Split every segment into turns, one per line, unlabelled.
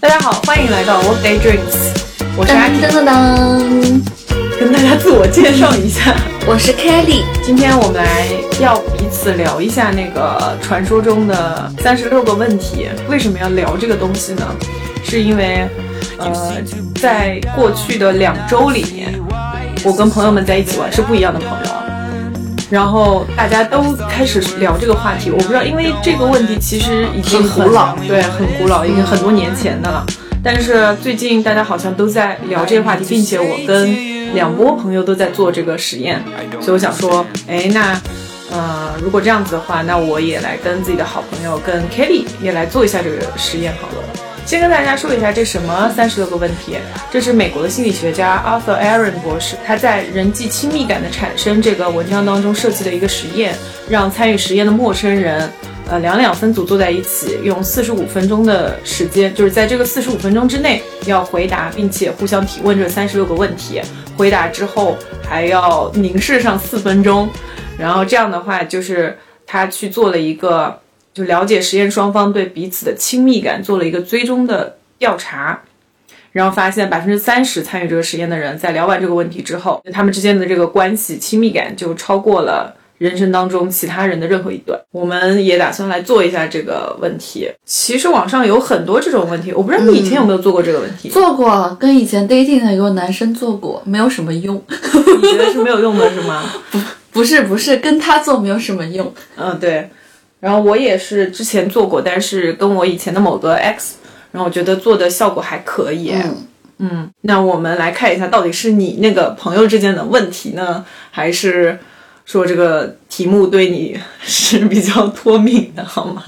大家好，欢迎来到 Workday Drinks，我是阿
噔
婷，
噔噔噔，
跟大家自我介绍一下。
我是 Kelly，
今天我们来要彼此聊一下那个传说中的三十六个问题。为什么要聊这个东西呢？是因为，呃，在过去的两周里面，我跟朋友们在一起玩是不一样的朋友啊。然后大家都开始聊这个话题，我不知道，因为这个问题其实已经
很古老
对，很古老，已经很多年前的了。但是最近大家好像都在聊这个话题，并且我跟两波朋友都在做这个实验，所以我想说，哎，那呃，如果这样子的话，那我也来跟自己的好朋友跟 Kelly 也来做一下这个实验好了。先跟大家说一下这什么三十六个问题，这是美国的心理学家 Arthur Aaron 博士他在《人际亲密感的产生》这个文章当中设计的一个实验，让参与实验的陌生人呃两两分组坐在一起，用四十五分钟的时间，就是在这个四十五分钟之内要回答，并且互相提问这三十六个问题。回答之后还要凝视上四分钟，然后这样的话就是他去做了一个就了解实验双方对彼此的亲密感做了一个追踪的调查。然后发现百分之三十参与这个实验的人，在聊完这个问题之后，他们之间的这个关系亲密感就超过了人生当中其他人的任何一段。我们也打算来做一下这个问题。其实网上有很多这种问题，我不知道你以前有没有做过这个问题？
做过，跟以前 dating 的一个男生做过，没有什么用。
你觉得是没有用的是吗？
不是不是，跟他做没有什么用。
嗯，对。然后我也是之前做过，但是跟我以前的某个 X，然后我觉得做的效果还可以。
嗯
嗯那我们来看一下，到底是你那个朋友之间的问题呢，还是说这个题目对你 是比较脱敏的，好吗？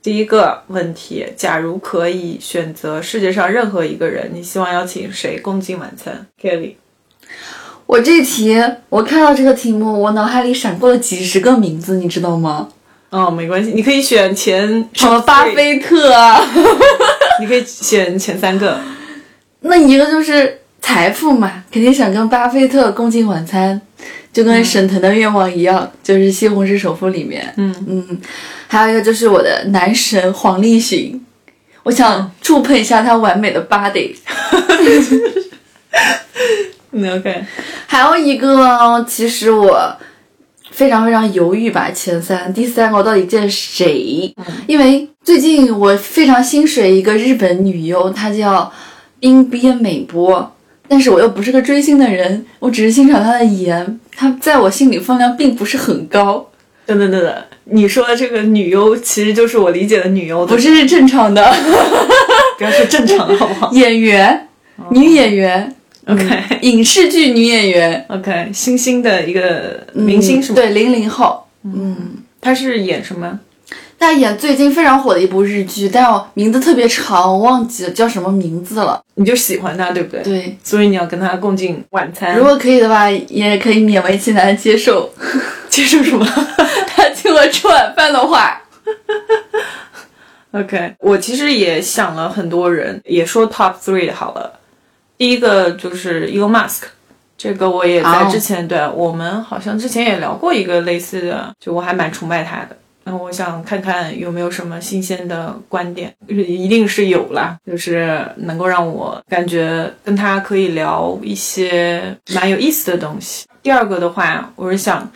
第一个问题，假如可以选择世界上任何一个人，你希望邀请谁共进晚餐？Kelly，
我这题，我看到这个题目，我脑海里闪过了几十个名字，你知道吗？
哦，没关系，你可以选前
什么巴，菲特啊？
你可以选前三个。
那一个就是财富嘛，肯定想跟巴菲特共进晚餐，就跟沈腾的愿望一样，就是《西红柿首富》里面，嗯嗯，还有一个就是我的男神黄立行，我想触碰一下他完美的 body。
嗯，OK。
还有一个，其实我非常非常犹豫吧，前三，第三个我到底见谁？因为最近我非常心水一个日本女优，她叫冰边美波，但是我又不是个追星的人，我只是欣赏她的颜，她在我心里分量并不是很高，
等等等等，你说的这个女优其实就是我理哦解的女优的，
不是正常的
不要说正常好不好
演员，女演
哦
员，
？OK
影视剧女演员，
嗯 OK，新兴的一个明星是吗？
嗯对，零零后。
她是演什么？
他演最近非常火的一部日剧，但我名字特别长，我忘记了叫什么名字了。
你就喜欢她，对不对？。
对，
所以你要跟她共进晚餐
如，果可以的话，也可以勉为其难接受
接受什么
他请我吃晚饭的话。
？OK，我其实也想了很多人，也说 Top Three 好了。第一个就是 Elon Musk，这个我也在
哦
之前、对我们好像之前也聊过一个类似的，就我还蛮崇拜他的。那我想看看有没有什么新鲜的观点，就是一定是有啦，就是能够让我感觉跟他可以聊一些蛮有意思的东西。第二个的话，我是想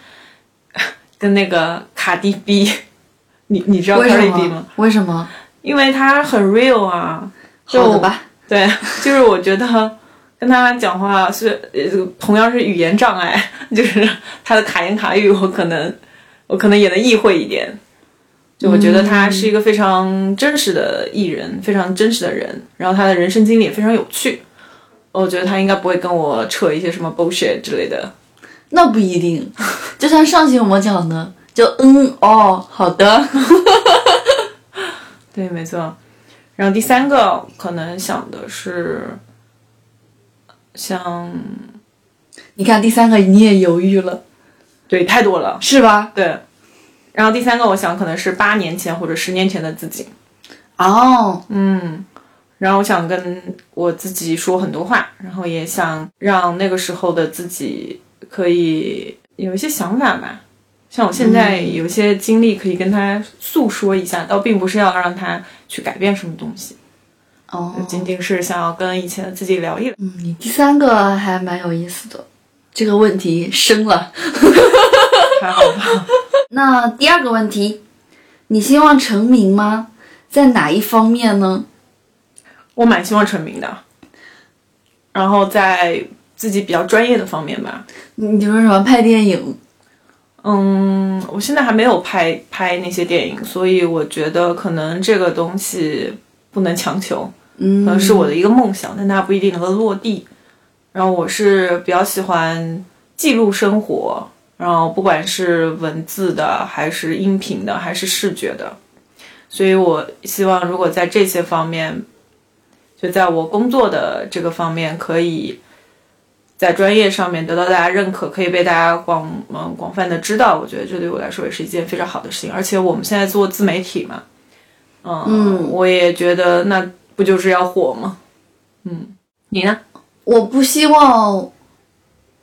跟那个卡蒂 B，你你知道
为
卡
什
蒂 B 吗
么？？为什么？
因为他很 real 啊，就
好的吧，
对，就是我觉得跟他讲话是呃，同样是语言障碍， 就是他的卡言卡语，我可能我可能也能意会一点。就我觉得他是一个非常真实的艺人，非常真实的人，然后他的人生经历也非常有趣。我觉得他应该不会跟我扯一些什么 bullshit 之类的。
那不一定。就像上期我们讲的，就嗯哦，好的，
对，没错。然后第三个可能想的是，像
你看第三个你也犹豫了，
对太多了，
是吧？
对。然后第三个，我想可能是八年前或者十年前的自己。
哦，
嗯，然后我想跟我自己说很多话，然后也想让那个时候的自己可以有一些想法吧。像我现在有一些经历可以跟他诉说一下，倒并不是要让他去改变什么东西。
哦，
仅仅是想要跟以前的自己聊一聊。
嗯，你第三个还蛮有意思的，这个问题深了。
还好吧？
那第二个问题，你希望成名吗？在哪一方面呢？
我蛮希望成名的，然后在自己比较专业的方面吧。
你你说什么拍电影？
嗯，我现在还没有拍拍那些电影，所以我觉得可能这个东西不能强求，可能
嗯，
呃是我的一个梦想，但它不一定能够落地。然后我是比较喜欢记录生活，然后不管是文字的，还是音频的，还是视觉的，所以我希望如果在这些方面，就在我工作的这个方面，可以在专业上面得到大家认可，可以被大家广嗯广泛的知道，我觉得这对我来说也是一件非常好的事情。而且我们现在做自媒体嘛，嗯，
嗯
我也觉得那不就是要火吗？嗯，你呢？
我不希望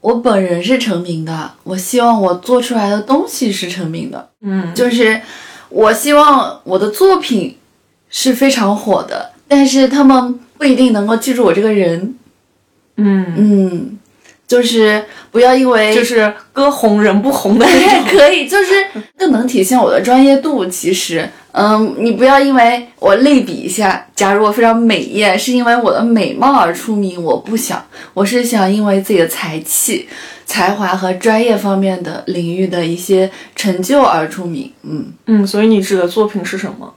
我本人是成名的，我希望我做出来的东西是成名的。
嗯，
就是我希望我的作品是非常火的，但是他们不一定能够记住我这个人。
嗯，
嗯，就是不要因为
就是歌红人不红的那
对，
种。
可以，就是更能体现我的专业度。其实，嗯，你不要因为我类比一下，假如我非常美艳，是因为我的美貌而出名，我不想，我是想因为自己的才气、才华和专业方面的领域的一些成就而出名。嗯，
嗯，所以你指的作品是什么？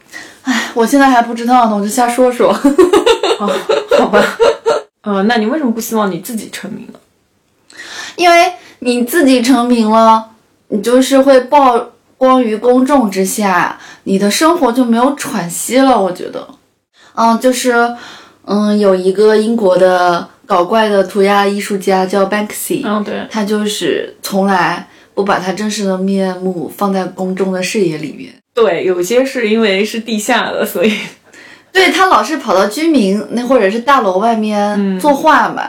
我现在还不知道呢，我就瞎说说。
哦，好吧。嗯，那你为什么不希望你自己成名呢？
因为你自己成名了，你就是会曝光于公众之下，你的生活就没有喘息了。我觉得，嗯，就是，嗯，有一个英国的搞怪的涂鸦艺术家叫 Banksy，、
嗯，对，
他就是从来不把他真实的面目放在公众的视野里面。
对，有些是因为是地下的，所以
对他老是跑到居民那或者是大楼外面作画嘛。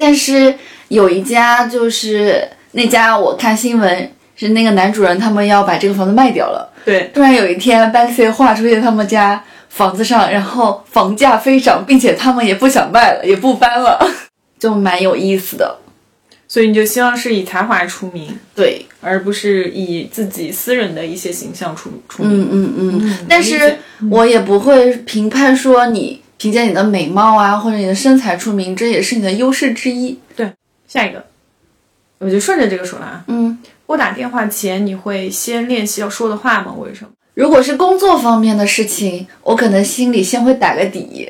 但是有一家就是那家，我看新闻是那个男主人他们要把这个房子卖掉了。
对，
突然有一天 b a n k s y 画出现他们家房子上，然后房价飞涨，并且他们也不想卖了，也不搬了， 就蛮有意思的。
所以你就希望是以才华出名，
对，
而不是以自己私人的一些形象出出名。
嗯嗯嗯
嗯，
但
理
是
解
我也不会评判说你凭借你的美貌啊或者你的身材出名，这也是你的优势之一。
下一个，我就顺着这个说了啊。
嗯。
拨打电话前，你会先练习要说的话吗？为什么？
如果是工作方面的事情，我可能心里先会打个底。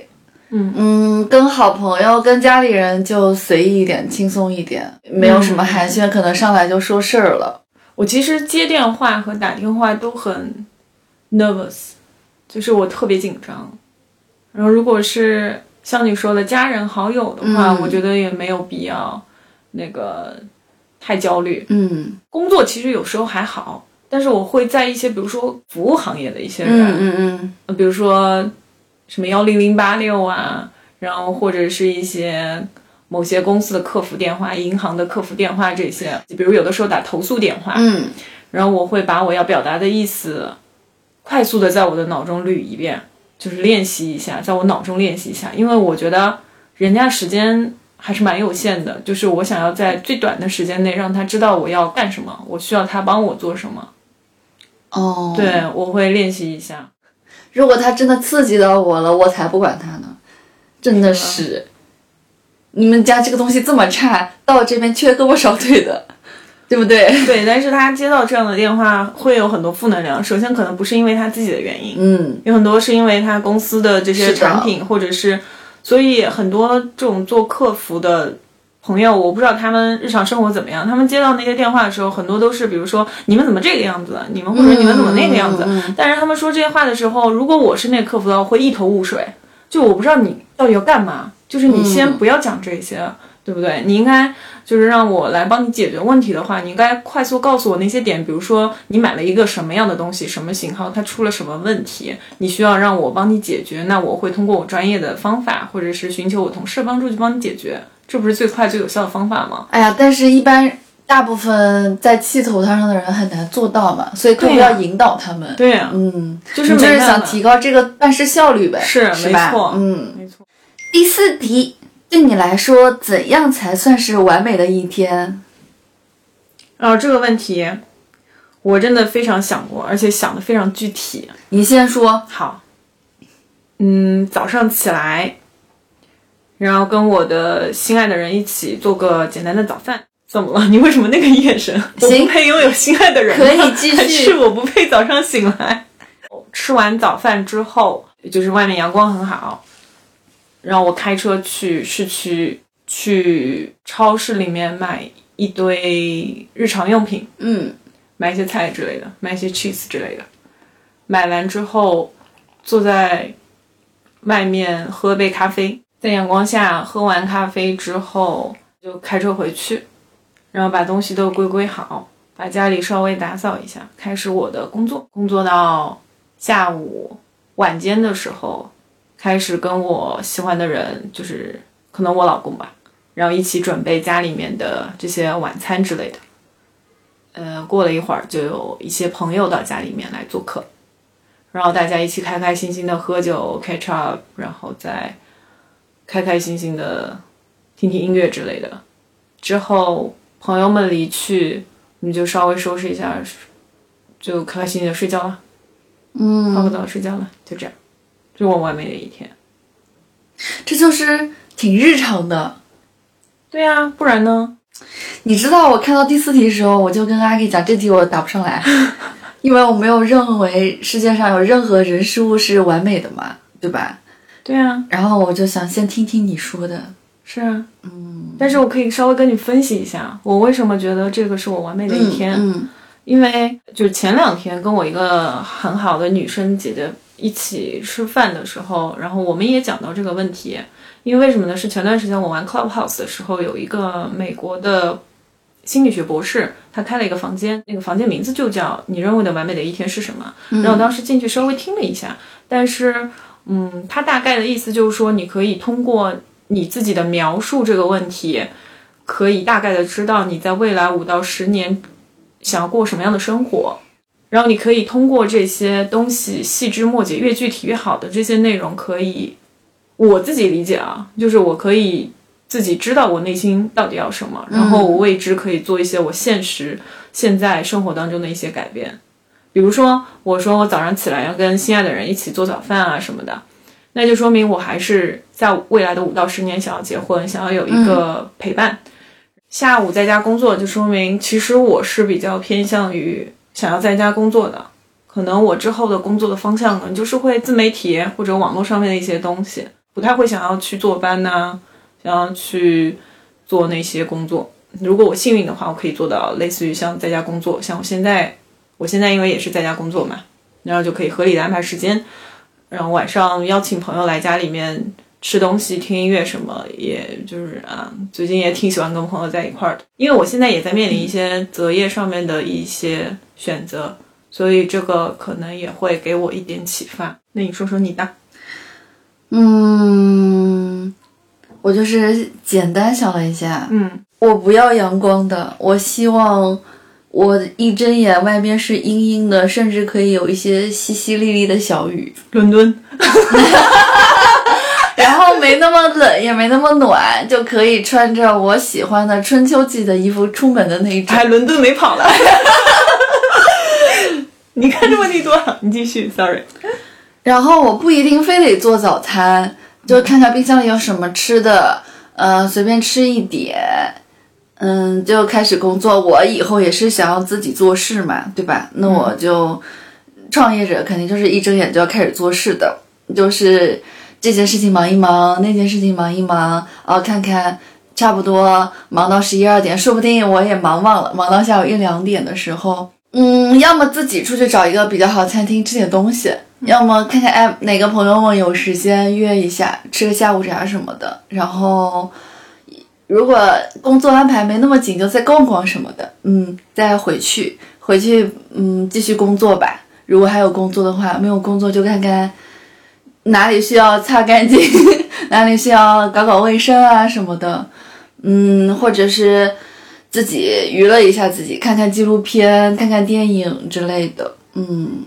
嗯
嗯，跟好朋友、跟家里人就随意一点、轻松一点，没有什么寒暄，可能上来就说事儿了。
我其实接电话和打电话都很 nervous，就是我特别紧张。然后如果是像你说的家人好友的话，
嗯
我觉得也没有必要那个太焦虑。
嗯
工作其实有时候还好，但是我会在一些比如说服务行业的一些
嗯
人，
嗯嗯，
呃比如说什么幺零零八六啊，然后或者是一些某些公司的客服电话、银行的客服电话这些，比如有的时候打投诉电话，
嗯
然后我会把我要表达的意思快速的在我的脑中捋一遍，就是练习一下，在我脑中练习一下，因为我觉得人家时间还是蛮有限的，就是我想要在最短的时间内让他知道我要干什么，我需要他帮我做什么。
哦，，
对，我会练习一下。
如果他真的刺激到我了，我才不管他呢。真的是，你们家这个东西这么差，到我这边缺胳膊少腿的，对不对？
对，但是他接到这样的电话会有很多负能量，首先可能不是因为他自己的原因，
嗯
有很多是因为他公司的这
是
些
的
产品，或者是，所以很多这种做客服的朋友，我不知道他们日常生活怎么样。他们接到那些电话的时候，很多都是比如说你们怎么这个样子，你们或者你们怎么那个样子。
嗯嗯嗯
但是他们说这些话的时候，如果我是那个客服的话，我会一头雾水，就我不知道你到底要干嘛。就是
嗯
你先不要讲这些。对不对？你应该就是让我来帮你解决问题的话，你应该快速告诉我那些点，比如说你买了一个什么样的东西，什么型号，它出了什么问题，你需要让我帮你解决。那我会通过我专业的方法，或者是寻求我同事的帮助去帮你解决，这不是最快最有效的方法吗？
哎呀，但是一般大部分在气头上的人很难做到嘛，所以客户
对呀
要引导他们。
对呀、啊
嗯，
就是
你
没
就是
办
想
法
提高这个办事效率呗，
是
是吧
没错
嗯，
没错。
第四题，对你来说，怎样才算是完美的一天？
然后这个问题，我真的非常想过，而且想的非常具体。
你先说。
好，嗯，早上起来，然后跟我的心爱的人一起做个简单的早饭。怎么了？ 你为什么那个眼 神？我不配拥有心爱的人，
可以继续。
还是我不配早上醒来？吃完早饭之后，就是外面阳光很好，然后我开车去市区，去超市里面买一堆日常用品，
嗯，
买一些菜之类的，买一些 cheese 之类的。买完之后，坐在外面喝杯咖啡，在阳光下喝完咖啡之后，就开车回去，然后把东西都归归好，把家里稍微打扫一下，开始我的工作。工作到下午晚间的时候，开始跟我喜欢的人，就是可能我老公吧，然后一起准备家里面的这些晚餐之类的。呃，过了一会儿就有一些朋友到家里面来做客，然后大家一起开开心心的喝酒 catch up，然后再开开心心的听听音乐之类的。之后朋友们离去，你就稍微收拾一下，就开开心心的睡觉了，泡个
嗯，
澡睡觉了，就这样，这是我完美的一天。
这就是挺日常的。
对呀、不然呢？
你知道，我看到第四题的时候，我就跟阿 K 讲，这题我答不上 来，因为我没有认为世界上有任何人事物是完美的嘛，对吧？
对呀、
然后我就想先听听你说的。
是啊，嗯。但是我可以稍微跟你分析一下，我为什么觉得这个是我完美的一天。
嗯，嗯
因为就是前两天跟我一个很好的女生姐姐一起吃饭的时候，然后我们也讲到这个问题。因为为什么呢？是前段时间我玩 Clubhouse 的时候，有一个美国的心理学博士，他开了一个房间，那个房间名字就叫“你认为的完美的一天是什么”。然后我当时进去稍微听了一下，但是，嗯，他大概的意思就是说，你可以通过你自己的描述这个问题，可以大概的知道你在未来五到十年想要过什么样的生活，然后你可以通过这些东西细枝末节，越具体越好的这些内容，可以我自己理解啊，就是我可以自己知道我内心到底要什么，然后我为之可以做一些我现实现在生活当中的一些改变，比如说我说我早上起来要跟心爱的人一起做早饭啊什么的。那就说明我还是在未来的五到十年想要结婚，想要有一个陪伴，下午在家工作，就说明其实我是比较偏向于想要在家工作的。可能我之后的工作的方向可能就是会自媒体或者网络上面的一些东西，不太会想要去坐班呐、想要去做那些工作。如果我幸运的话，我可以做到类似于像在家工作，像我现在，我现在因为也是在家工作嘛，然后就可以合理的安排时间，然后晚上邀请朋友来家里面吃东西、听音乐什么，也就是啊，最近也挺喜欢跟朋友在一块儿的。因为我现在也在面临一些择业上面的一些选择，所以这个可能也会给我一点启发。那你说说你的？
嗯，我就是简单想了一下，
嗯
我不要阳光的，我希望我一睁眼外面是阴阴的，甚至可以有一些淅淅沥沥的小雨，
伦敦，
然后没那么冷，也没那么暖，就可以穿着我喜欢的春秋季的衣服出门的那一种
哎，。伦敦没跑了。 你看这问题多好，你继续。Sorry，
然后我不一定非得做早餐，就看看冰箱里有什么吃的，呃，随便吃一点，嗯，就开始工作。我以后也是想要自己做事嘛，对吧？那我就创业者肯定就是一睁眼就要开始做事的，就是这件事情忙一忙，那件事情忙一忙，哦，看看。差不多忙到十一二点，说不定我也忙忘了，忙到下午一两点的时候，嗯，要么自己出去找一个比较好的餐厅吃点东西，要么看看哎哪个朋友们有时间约一下吃个下午茶什么的，然后如果工作安排没那么紧，就再逛逛什么的，嗯，再回去回去嗯继续工作吧。如果还有工作的话，没有工作就看看哪里需要擦干净， 哪里需要搞搞卫生啊什么的，嗯，或者是自己娱乐一下自己，看看纪录片、看看电影之类的，嗯。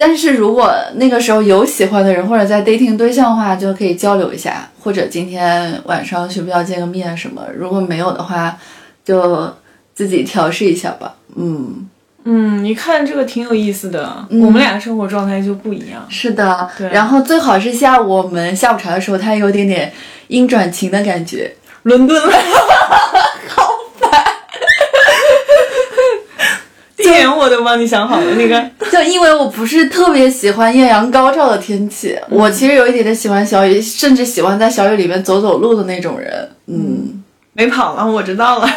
但是如果那个时候有喜欢的人，或者在 dating 对象的话，就可以交流一下，或者今天晚上需不需要见个面什么。如果没有的话，就自己调试一下吧。嗯，
嗯，你看这个挺有意思的，
嗯
我们俩生活状态就不一样。
是的。
对
然后最好是下午我们下午茶的时候，他有点点阴转晴的感觉。
伦敦，好烦！地点我都帮你想好了，那个
就因为我不是特别喜欢艳阳高照的天气，我其实有一点点喜欢小雨，甚至喜欢在小雨里面走走路的那种人。嗯，
没跑了，我知道了。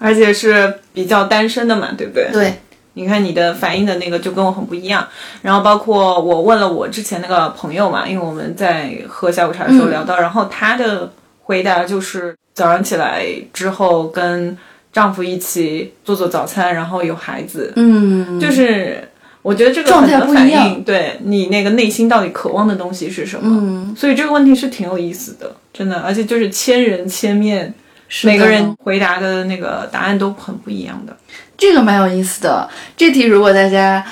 而且是比较单身的嘛，对不对？
对，
你看你的反应的那个就跟我很不一样。然后包括我问了我之前那个朋友嘛，因为我们在喝下午茶的
嗯
时候聊到，然后她的回答就是早上起来之后跟丈夫一起做做早餐，然后有孩子，
嗯，
就是我觉得这个
状
很
态
能
不
反
一样
映对你那个内心到底渴望的东西是什么。
嗯，
所以这个问题是挺有意思的，真的，而且就是千人千面，
是的
每个人回答的那个答案都很不一样的。
这个蛮有意思的。这题如果大家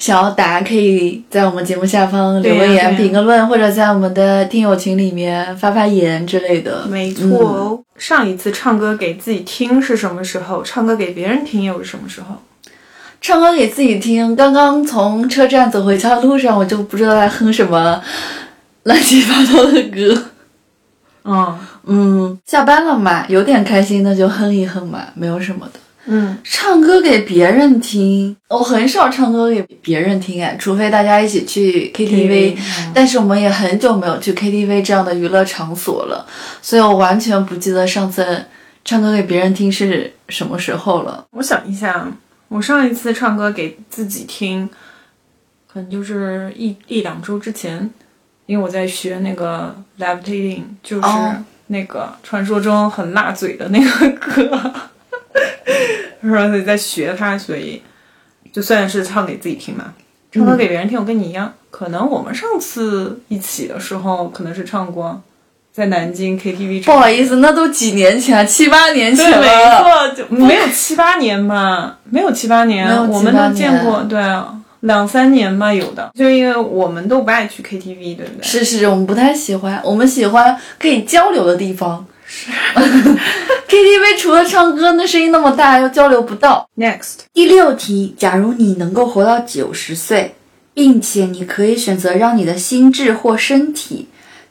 想要答，可以在我们节目下方留个
对呀
言、
对呀
评个论，或者在我们的听友群里面发发言之类的。嗯
没错哦、上一次唱歌给自己听是什么时候？唱歌给别人听又是什么时候？
唱歌给自己听。刚刚从车站走回家的路上，我就不知道在哼什么乱七八糟的歌。
嗯
嗯，下班了嘛，有点开心那就哼一哼嘛，没有什么的。
嗯，
唱歌给别人听，我很少唱歌给别人听哎，除非大家一起去 KTV，、但
嗯
是我们也很久没有去 KTV 这样的娱乐场所了，所以我完全不记得上次唱歌给别人听是什么时候了。
我想一下，我上一次唱歌给自己听，可能就是一一两周之前，因为我在学那个 levitating，就是
哦
那个传说中很辣嘴的那个歌， 然后在学它，所以就算是唱给自己听嘛。唱
嗯
歌给别人听，我跟你一样，可能我们上次一起的时候，可能是唱过在南京 KTV
不
唱。
好意思，那都几年前，七八年前
对，
了。
没错，就没有七八年吧，没有七八年，
没有七八年
我们都见过，对啊，两三年吧，有的，就因为我们都不爱去 KTV，对不对？
是是，我们不太喜欢，我们喜欢可以交流的地方。 是 KTV 除了唱歌，那声音那么大，又交流不到。
Next，
第六题，假如你能够活到九十岁，并且你可以选择让你的心智或身体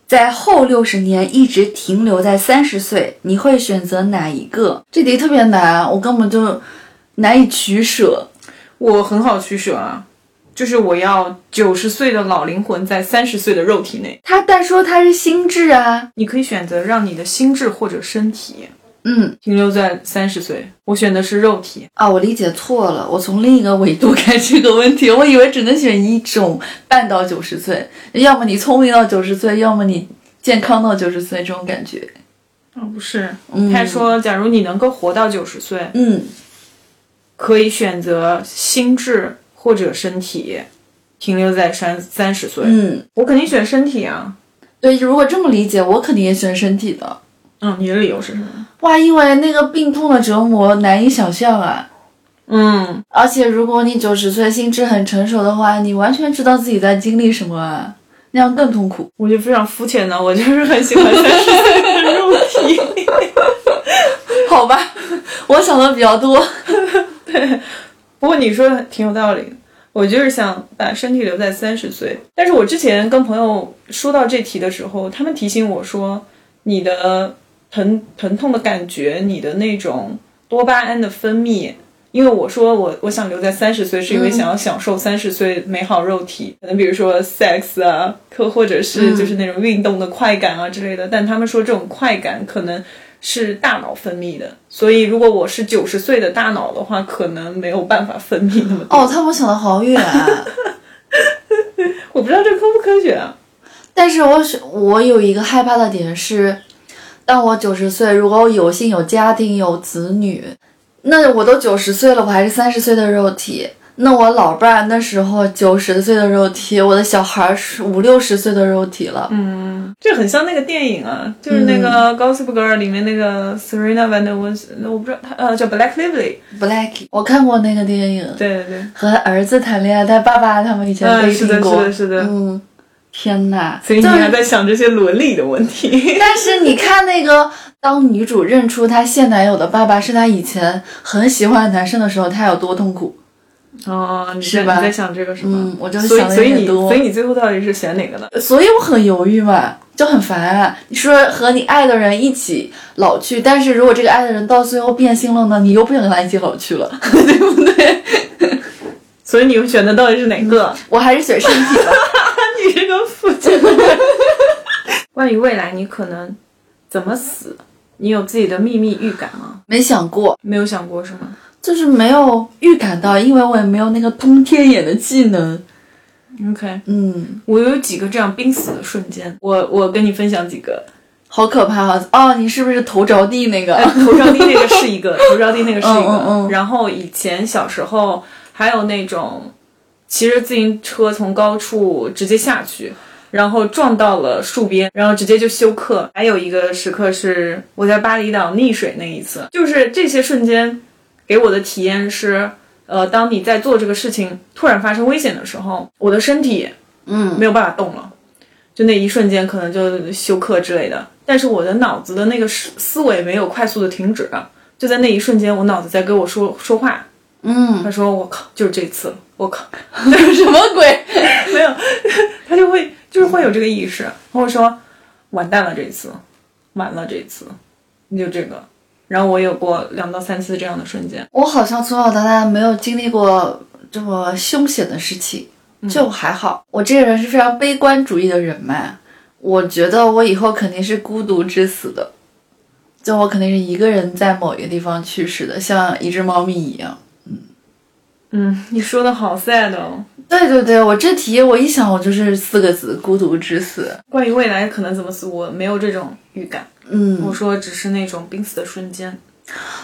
在后六十年一直停留在三十岁，你会选择哪一个？
这题特别难，我根本就难以取舍。
我很好取舍啊，就是我要九十岁的老灵魂在三十岁的肉体内，
他但说他是心智啊，
你可以选择让你的心智或者身体
嗯，
停留在三十岁，我选的是肉体，
啊，我理解错了，我从另一个维度看这个问题，我以为只能选一种，半到九十岁，要么你聪明到九十岁，要么你健康到九十岁，这种感觉。
啊、不是，他说假如你能够活到九十岁，
嗯，
可以选择心智或者身体停留在三三十岁。
嗯，
我肯定选身体啊。
对，如果这么理解，我肯定也选身体的。
嗯，你的理由是什么？
哇，因为那个病痛的折磨难以想象啊！
嗯，
而且如果你九十岁心智很成熟的话，你完全知道自己在经历什么啊，那样更 痛苦。
我就非常肤浅的，我就是很喜欢三十岁的肉体。
好吧，我想的比较多。
不过你说的挺有道理的，我就是想把身体留在三十岁。但是我之前跟朋友说到这题的时候，他们提醒我说，你的疼疼痛的感觉，你的那种多巴胺的分泌。因为我说我我想留在三十岁，是因为想要享受三十岁美好肉体，可能比如说 sex 啊，可或者是就是那种运动的快感啊之类的。但他们说这种快感可能是大脑分泌的，所以如果我是九十岁的大脑的话，可能没有办法分泌那么多。
哦，他们想的好远啊！
我不知道这科不科学啊？
但是我是我有一个害怕的点是，当我九十岁，如果我有幸有家庭有子女，那我都九十岁了，我还是三十岁的肉体，那我老伴儿那时候九十岁的肉体，我的小孩儿是五六十岁的肉体了。
嗯这很像那个电影啊，就是那
嗯
个《Gossip Girl》里面那个 Serena Van Der Wols，我不知道她呃叫 Black Lively，
Black
我看过那个电影，
对对对，
和儿子谈恋爱，他爸爸他们以前
嗯，是
dating
的，是
过。
的，是的。
嗯，天哪！
所以你
就是
还在想这些伦理的问 题？
但是你看那个，当女主认出她现男友的爸爸是她以前很喜欢的男生的时候，她有多痛苦？
哦，你在
是吧
你在想这个是吗？
嗯我就
所以
想得
所以
有点
你
多
所以你最后到底是选哪个呢？
所以我很犹豫嘛，就很烦、啊。你说和你爱的人一起老去，但是如果这个爱的人到最后变心了呢，你又不想跟他一起老去了，对不对？
所以你选的到底是哪个？
我还是选身体吧。
你是个父亲。 关于未来，你可能怎么死，你有自己的秘密预感吗？
没想过，
没有想过是吗？
就是没有预感到，因为我也没有那个通天眼的技能。
OK，
嗯，
我有几个这样濒死的瞬间，我我跟你分享几 个。
好可怕啊！哦，你是不是头着地 那个？
头着地那个是一个，头着地那个是一个。
嗯嗯嗯
然后以前小时候还有那种骑着自行车从高处直接下去，然后撞到了树边，然后直接就休克。还有一个时刻是我在巴厘岛溺水那一次，就是这些瞬间给我的体验是。呃，当你在做这个事情突然发生危险的时候，我的身体
嗯，
没有办法动了，就那一瞬间可能就休克之类的。但是我的脑子的那个思思维没有快速的停止，啊就在那一瞬间，我脑子在跟我说说话。
嗯，
他说：“我靠，就是这次了，我靠，
什么鬼？
没有。”他就会就是会有这个意识，然后说：“完蛋了，这次，完了这次，你就这个。”然后我有过两到三次这样的瞬间。
我好像从小到大没有经历过这么凶险的事情，就还好。我这个人是非常悲观主义的人嘛，我觉得我以后肯定是孤独致死的，就我肯定是一个人在某一个地方去世的，像一只猫咪一样。
嗯，你说的好 sad 哦。
对对对，我这题我一想，我就是四个字：孤独致死。
关于未来可能怎么死，我没有这种预感。
嗯，
我说只是那种濒死的瞬间。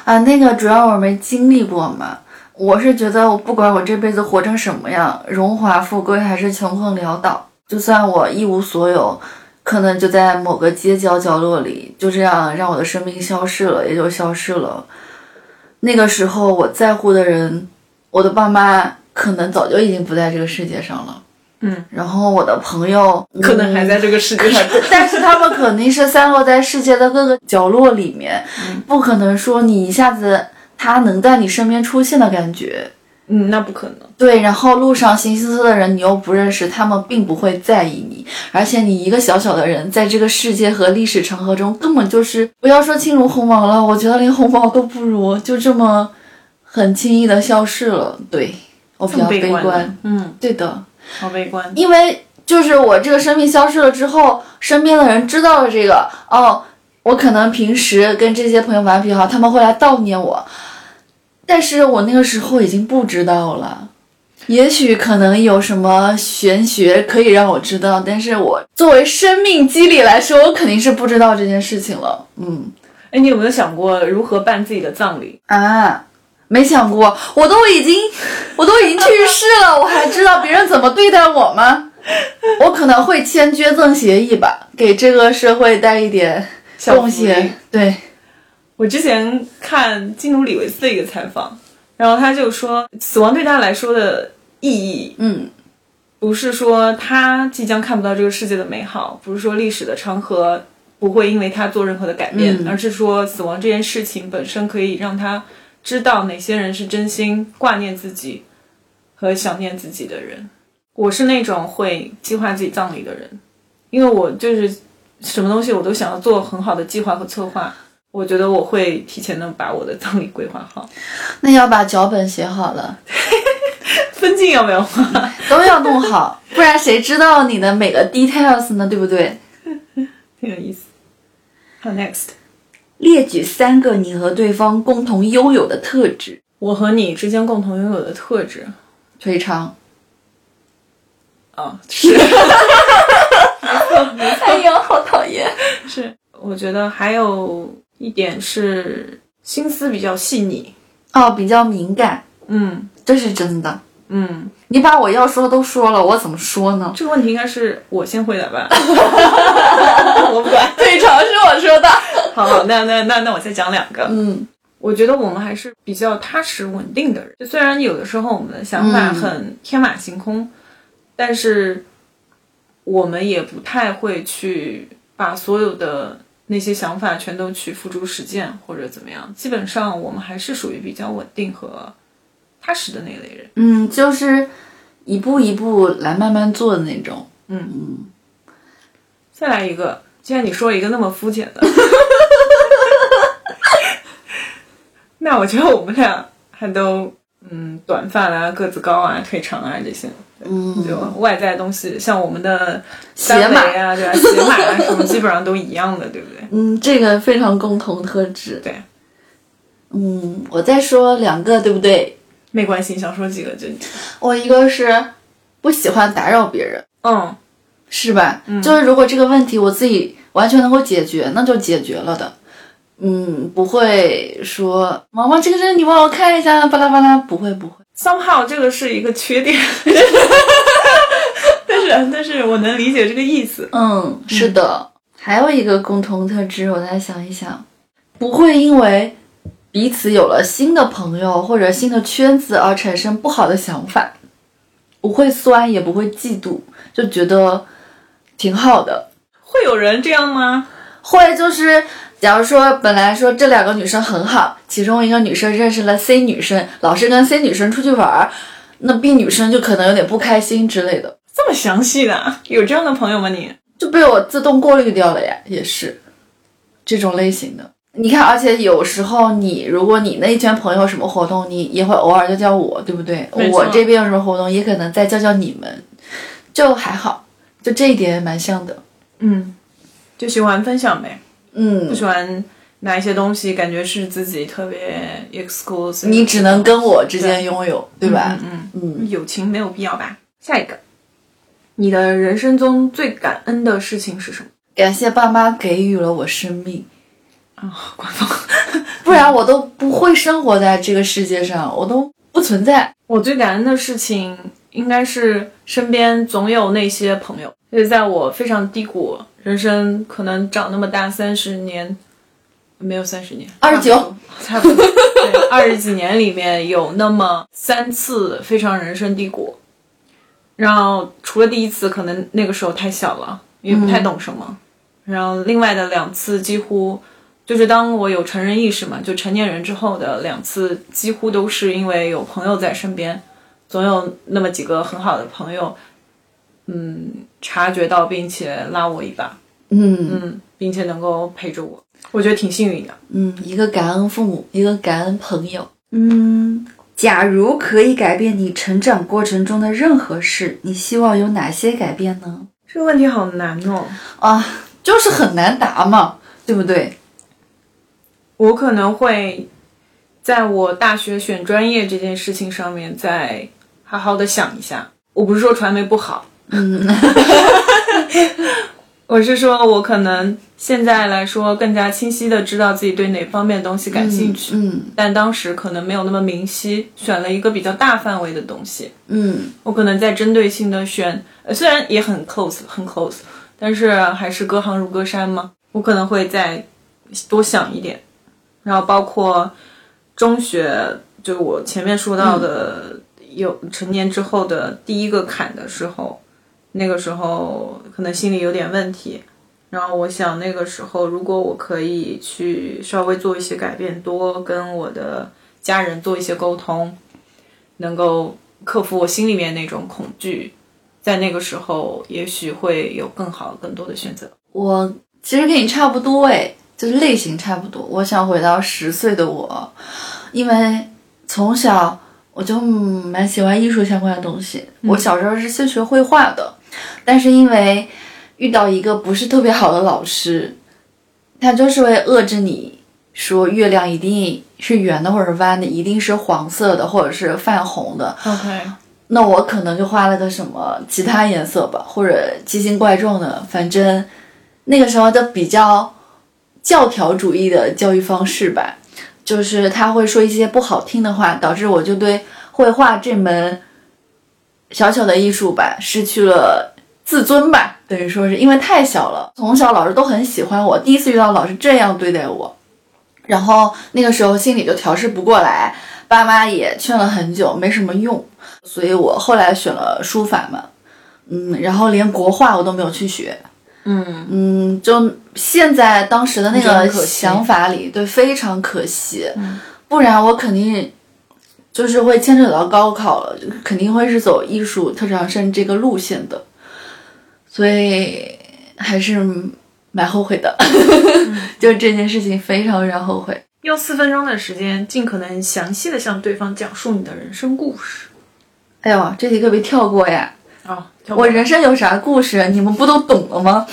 啊，那个主要我没经历过嘛。我是觉得，我不管我这辈子活成什么样，荣华富贵还是穷困潦倒，就算我一无所有，可能就在某个街角角落里，就这样让我的生命消逝了，也就消逝了。那个时候，我在乎的人，我的爸妈可能早就已经不在这个世界上了。
嗯，
然后我的朋友
可能还
嗯
在这个世界上。
但是他们肯定是散落在世界的各个角落里面，
嗯
不可能说你一下子他能在你身边出现的感觉。
嗯，那不可能。
对，然后路上形形色色的人你又不认识，他们并不会在意你，而且你一个小小的人，在这个世界和历史长河中，根本就是不要说轻如鸿毛了，我觉得连鸿毛都不如，就这么很轻易的消逝了。对我比
这么
较悲
观
观，
的，嗯，
对的。
好悲观。
因为就是我这个生命消失了之后，身边的人知道了这个，哦，我可能平时跟这些朋友玩得比较好，他们会来悼念我，但是我那个时候已经不知道了。也许可能有什么玄学可以让我知道，但是我作为生命机理来说，我肯定是不知道这件事情了。嗯
哎，你有没有想过如何办自己的葬礼？
啊，没想过，我都已经， 我都已经去世了，我还知道别人怎么对待我吗？我可能会签捐赠协议吧，给这个社会带一点贡
小福利
献。对，
我之前看金努里维斯的一个采访，然后他就说，死亡对他来说的意义，
嗯，
不是说他即将看不到这个世界的美好，不是说历史的长河不会因为他做任何的改变，而是说死亡这件事情本身可以让他知道哪些人是真心挂念自己和想念自己的人。我是那种会计划自己葬礼的人，因为我就是什么东西我都想要做很好的计划和策划。我觉得我会提前的把我的葬礼规划好，
那要把脚本写好了，
分镜要不要画？
都要弄 好，不然谁知道你的每个 details 呢？对不对？
挺有意思。好，next。
列举三个你和对方共同拥有的特质。
我和你之间共同拥有的特质
腿长，
啊，是
哎呦，好讨厌。
是，我觉得还有一点是心思比较细腻，
哦，比较敏感，
嗯，
这是真的。
嗯，
你把我要说的都说了，我怎么说呢？
这个问题应该是我先回答吧， 我不 管。
对，尝是我说的。
好好，那那那那我再讲两个。
嗯，
我觉得我们还是比较踏实稳定的人，就虽然有的时候我们的想法很天马行空，但是我们也不太会去把所有的那些想法全都去付诸实践或者怎么样。基本上我们还是属于比较稳定和踏实的那类人。
嗯，就是一步一步来慢慢做的那种。
再来一个，既然你说了一个那么肤浅的， 那我觉得我们俩还都嗯，短发啦、个子高啊、腿长啊这些，嗯，就外在东西，像我们的三围啊，对吧、鞋码啊什么，基本上都一样的，对不对？
嗯，这个非常共同特质。
对，
嗯，我再说两个，对不对？
没关系，你想说几个就
我一个是不喜欢打扰别人，
嗯，
是吧？就是如果这个问题我自己完全能够解决，那就解决了的。嗯，不会说毛毛这个针你帮我看一下，巴拉巴拉，不会不会。
somehow 这个是一个缺 点，但是但是我能理解这个意思，
嗯，是的。还有一个共同特质，我再想一想，不会因为彼此有了新的朋友或者新的圈子而产生不好的想法，不会酸也不会嫉妒，就觉得挺好的。
会有人这样吗？
会就是，假如说本来说这两个女生很好，其中一个女生认识了 C 女生，老是跟 C 女生出去玩儿，那 B 女生就可能有点不开心之类的，
这么详细的啊，有这样的朋友吗你？
就被我自动过滤掉了呀，也是这种类型的。你看，而且有时候你，如果你那一圈朋友什么活动，你也会偶尔叫叫我，对不对？
没错
我这边有什么活动，也可能再叫叫你们，就还好，就这一点蛮像的。
嗯，就喜欢分享呗，
嗯
不，喜欢拿一些东西，感觉是自己特别 exclusive。
你只能跟我之间拥有，对吧？
嗯
嗯
嗯，友情没有必要吧？下一个，你的人生中最感恩的事情是什么？
感谢爸妈给予了我生命，
啊、官方。
不然我都不会生活在这个世界上，我都不存在。
我最感恩的事情应该是身边总有那些朋友，就是在我非常低谷，人生可能长那么大三十年，没有三十年，
29
差不多，对，二十几年里面有那么三次非常人生低谷，然后除了第一次，可能那个时候太小了，也不太懂什么，然后另外的两次几乎。就是当我有成人意识嘛，就成年人之后的两次，几乎都是因为有朋友在身边，总有那么几个很好的朋友，嗯，察觉到并且拉我一把，
嗯
嗯，并且能够陪着我，我觉得挺幸运的。
嗯，一个感恩父母，一个感恩朋友。
嗯，假如可以改变你成长过程中的任何事，你希望有哪些改变呢？
这个问题好难哦，
啊，就是很难答嘛，对不对？
我可能会在我大学选专业这件事情上面再好好的想一下。我不是说传媒不好，
嗯
嗯，我是说我可能现在来说更加清晰的知道自己对哪方面的东西感兴趣，
嗯
但当时可能没有那么明晰，选了一个比较大范围的东西。
嗯
我可能在针对性的选，呃，虽然也很 close 很 close，但是还是隔行如隔山嘛。我可能会再多想一点，然后包括中学，就我前面说到的，有成年之后的第一个坎的时候，那个时候可能心里有点问题，然后我想那个时候如果我可以去稍微做一些改变，多跟我的家人做一些沟通，能够克服我心里面那种恐惧，在那个时候也许会有更好、更多的选择。
我其实跟你差不多哎，就是类型差不多。我想回到十岁的我，因为从小我就嗯蛮喜欢艺术相关的东西。我小时候是先学绘画的，但是因为遇到一个不是特别好的老师，他就是会遏制你说月亮一定是圆的或者弯的，一定是黄色的或者是泛红的。
OK，
那我可能就画了个什么其他颜色吧，或者奇形怪状的，反正那个时候的比较教条主义的教育方式吧，就是他会说一些不好听的话，导致我就对绘画这门小小的艺术吧，失去了自尊吧，等于说是因为太小了。从小老师都很喜欢我，第一次遇到老师这样对待我，然后那个时候心里就调试不过来，爸妈也劝了很久，没什么用，所以我后来选了书法嘛，嗯，然后连国画我都没有去学，
嗯，
嗯，就现在当时的那
真
个
可惜嗯
想法里，对，非常可惜，不然我肯定就是会牵扯到高考了，肯定会是走艺术特长生这个路线的，所以还是蛮后悔的， 就这件事情非常非常后悔。
用四分钟的时间，尽可能详细的向对方讲述你的人生故事。
哎呦，这题可别跳过呀！
哦，跳过
我人生有啥故事，你们不都懂了吗？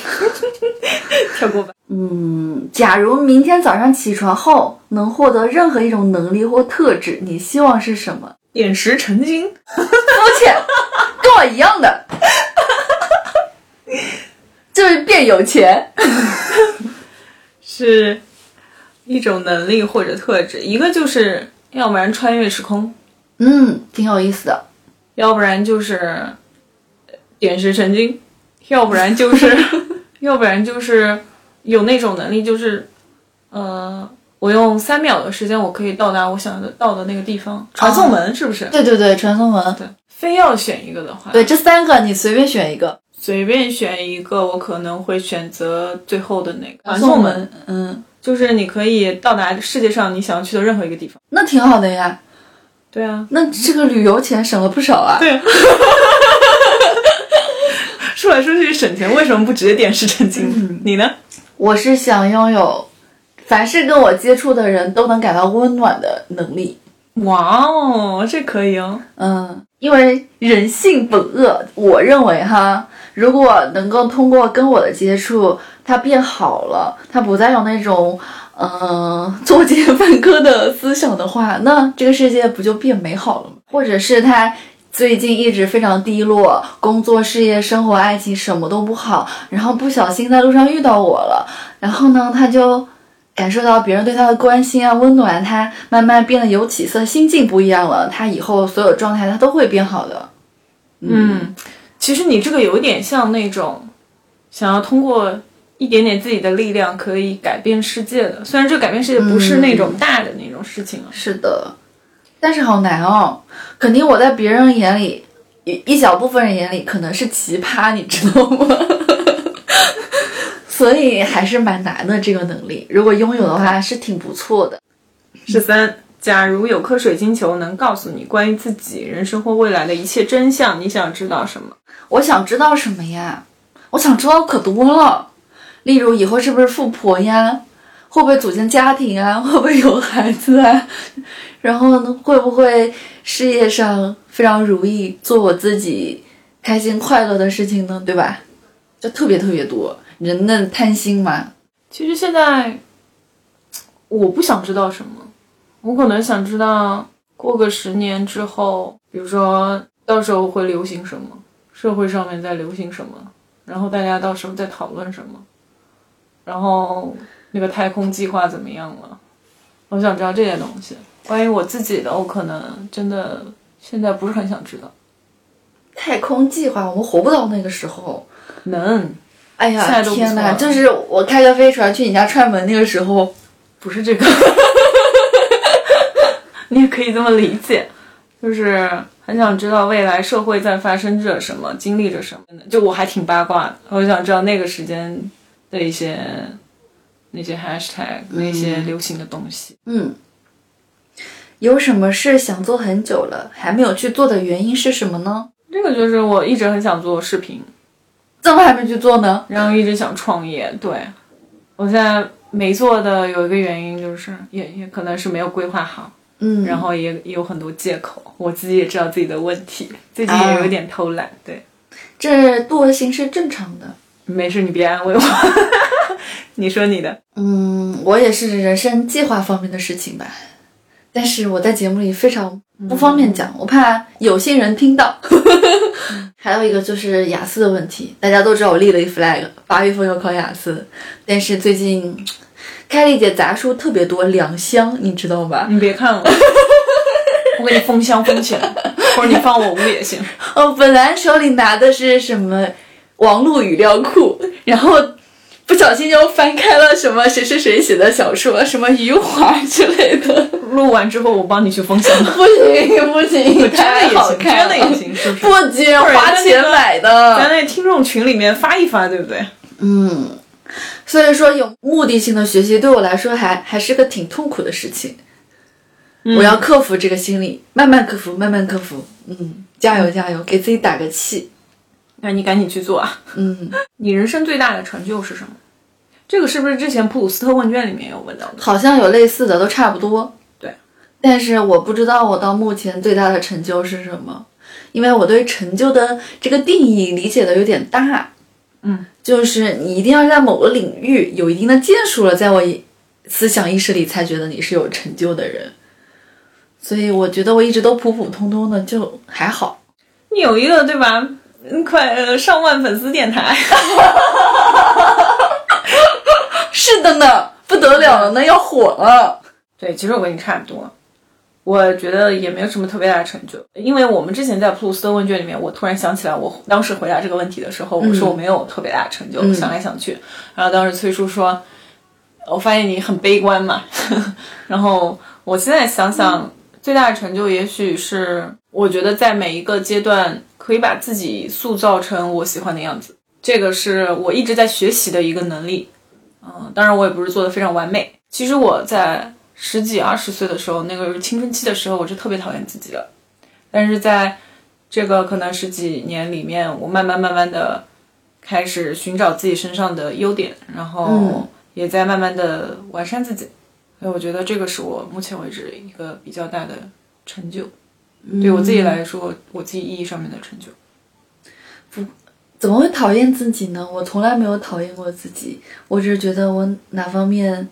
跳 过吧。
嗯，假如明天早上起床后能获得任何一种能力或特质，你希望是什么？
点石成金，
肤浅，跟我一样的， 就是变有钱。
是一种能力或者特质，一个就是要不然穿越时空，
嗯，挺有意思的。
要不然就是呃点石成金，要不然就是 要不然就是有那种能力，就是呃，我用三秒的时间，我可以到达我想的到的那个地方。哦传送门是不是？
对对对，传送门。
对，非要选一个的话，
对，这三个你随便选一个。
随便选一个，我可能会选择最后的那个传
送
送门，，
嗯，
就是你可以到达世界上你想要去的任何一个地方。
那挺好的呀。
对啊，
那这个旅游钱省了不少啊。
对。说来说去省钱，为什么不直接点石成金？你呢？
我是想拥有，凡是跟我接触的人都能感到温暖的能力。
哇哦，这可以哦！
嗯，因为人性本恶，我认为哈，如果能够通过跟我的接触，他变好了，他不再有那种嗯、呃、作奸犯科的思想的话， 那这个世界不就变美好了吗？或者是他。最近一直非常低落，工作、事业、生活、爱情什么都不好，然后不小心在路上遇到我了，然后呢，他就感受到别人对他的关心啊、温暖，他慢慢变得有起色，心境不一样了，他以后所有状态他都会变好的。
嗯，其实你这个有点像那种想要通过一点点自己的力量可以改变世界的，虽然这改变世界不是那种大的那种事情啊。
是的，但是好难哦。肯定我在别人眼里，一一小部分人眼里可能是奇葩，你知道吗？ 所以还是蛮难的这个能力，如果拥有的话是挺不错的。
十三，假如有颗水晶球能告诉你关于自己人生或未来的一切真相，你想知道什么？
我想知道什么呀？我想知道可多了，例如以后是不是富婆呀？会不会组建家庭啊？ 会不会有孩子啊？然后呢，会不会事业上非常如意，做我自己开心快乐的事情呢？对吧？就特别特别多，人的贪心嘛。
其实现在我不想知道什么，我可能想知道过个十年之后，比如说到时候会流行什么，社会上面在流行什么，然后大家到时候在讨论什么，然后那个太空计划怎么样了，我想知道这些东西。关于我自己的，我可能真的现在不是很想知道。
太空计划，我们活不到那个时候。
能，
哎
现
呀，
在都不
天
错
哪！
了
就是我开个飞船去你家串门那个时候，
不是这个， 你也可以这么理解，就是很想知道未来社会在发生着什么，经历着什么呢。就我还挺八卦的，我想知道那个时间的一些那些 hashtag 那些流行的东西。
嗯，有什么事想做很久了还没有去做的原因是什么呢？
这个就是我一直很想做视频，
怎么还没去做呢？
然后一直想创业。对，我现在没做的有一个原因就是，也也可能是没有规划好。
嗯，
然后也也有很多借口，我自己也知道自己的问题，最近也有点偷懒，对，
这惰性是正常的。
没事，你别安慰我。 你说你的，
嗯，我也是人生计划方面的事情吧，但是我在节目里非常不方便讲，我怕有些人听到。 还有一个就是雅思的问题，大家都知道我立了一个 flag，八月份要考雅思，但是最近开了一节杂书特别多，两箱，你知道 吧？
你别看我，我给你封箱封起来。或者你放我屋也行。
哦，本来手里拿的是什么王璐语料库，然后不小心又翻开了什么谁谁谁写的小说，什么余华之类 的。
录完之后我帮你去封箱，
不行不行，
真的
太
也
好
行，真
看了
的也行，是不是？
不仅花钱买
咱
的，
在听众群里面发一发，对不对？
嗯，所以说有目的性的学习对我来说还还是个挺痛苦的事情。
嗯
我要克服这个心理，慢慢克服，慢慢克服。嗯，加油加油，给自己打个气。
那你赶紧去做啊！
嗯，
你人生最大的成就是什么？这个是不是之前普鲁斯特问卷里面有问到的？
好像有类似的，都差不多。
对，
但是我不知道我到目前最大的成就是什么，因为我对成就的这个定义理解的有点大。
嗯，
就是你一定要在某个领域有一定的建树了，在我思想意识里才觉得你是有成就的人。所以我觉得我一直都普普通通的，就还好。
你有一个对吧？嗯，快呃上万粉丝电台，
是的呢，不得了了呢，要火了。
对，其实我跟你差不多，我觉得也没有什么特别大的成就，因为我们之前在普鲁斯特问卷里面，我突然想起来，我当时回答这个问题的时候，我说我没有特别大的成就，想来想去，然后当时崔叔说，我发现你很悲观嘛， 然后我现在想想，最大的成就也许是，我觉得在每一个阶段可以把自己塑造成我喜欢的样子，这个是我一直在学习的一个能力，嗯，当然我也不是做的非常完美，其实我在。十几二十岁的时候，那个青春期的时候，我是特别讨厌自己的。但是在这个可能十几年里面，我慢慢慢慢的开始寻找自己身上的优点，然后也在慢慢的完善自己。所以我觉得这个是我目前为止一个比较大的成就，
嗯
对我自己来说，我自己意义上面的成就。
怎么会讨厌自己呢？我从来没有讨厌过自己，我只是觉得我哪方面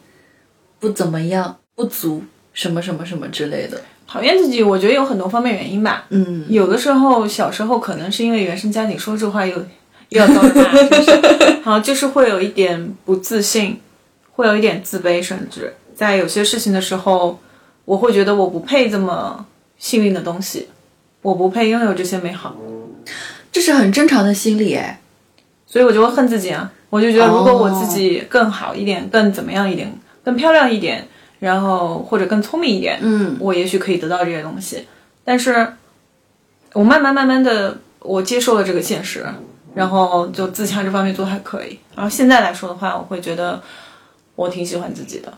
不怎么样、不足，什么什么什么之类的。
讨厌自己，我觉得有很多方面原因吧。
嗯，
有的时候小时候可能是因为原生家庭，说这话又又要遭人骂，是不是？好，就是会有一点不自信，会有一点自卑，甚至在有些事情的时候，我会觉得我不配这么幸运的东西，我不配拥有这些美好，
这是很正常的心理哎。
所以我就会恨自己啊。我就觉得，
哦
如果我自己更好一点，更怎么样一点，更漂亮一点，然后或者更聪明一点，
嗯
我也许可以得到这些东西，但是我慢慢慢慢的，我接受了这个现实，然后就自洽这方面做得还可以。然后现在来说的话，我会觉得我挺喜欢自己的，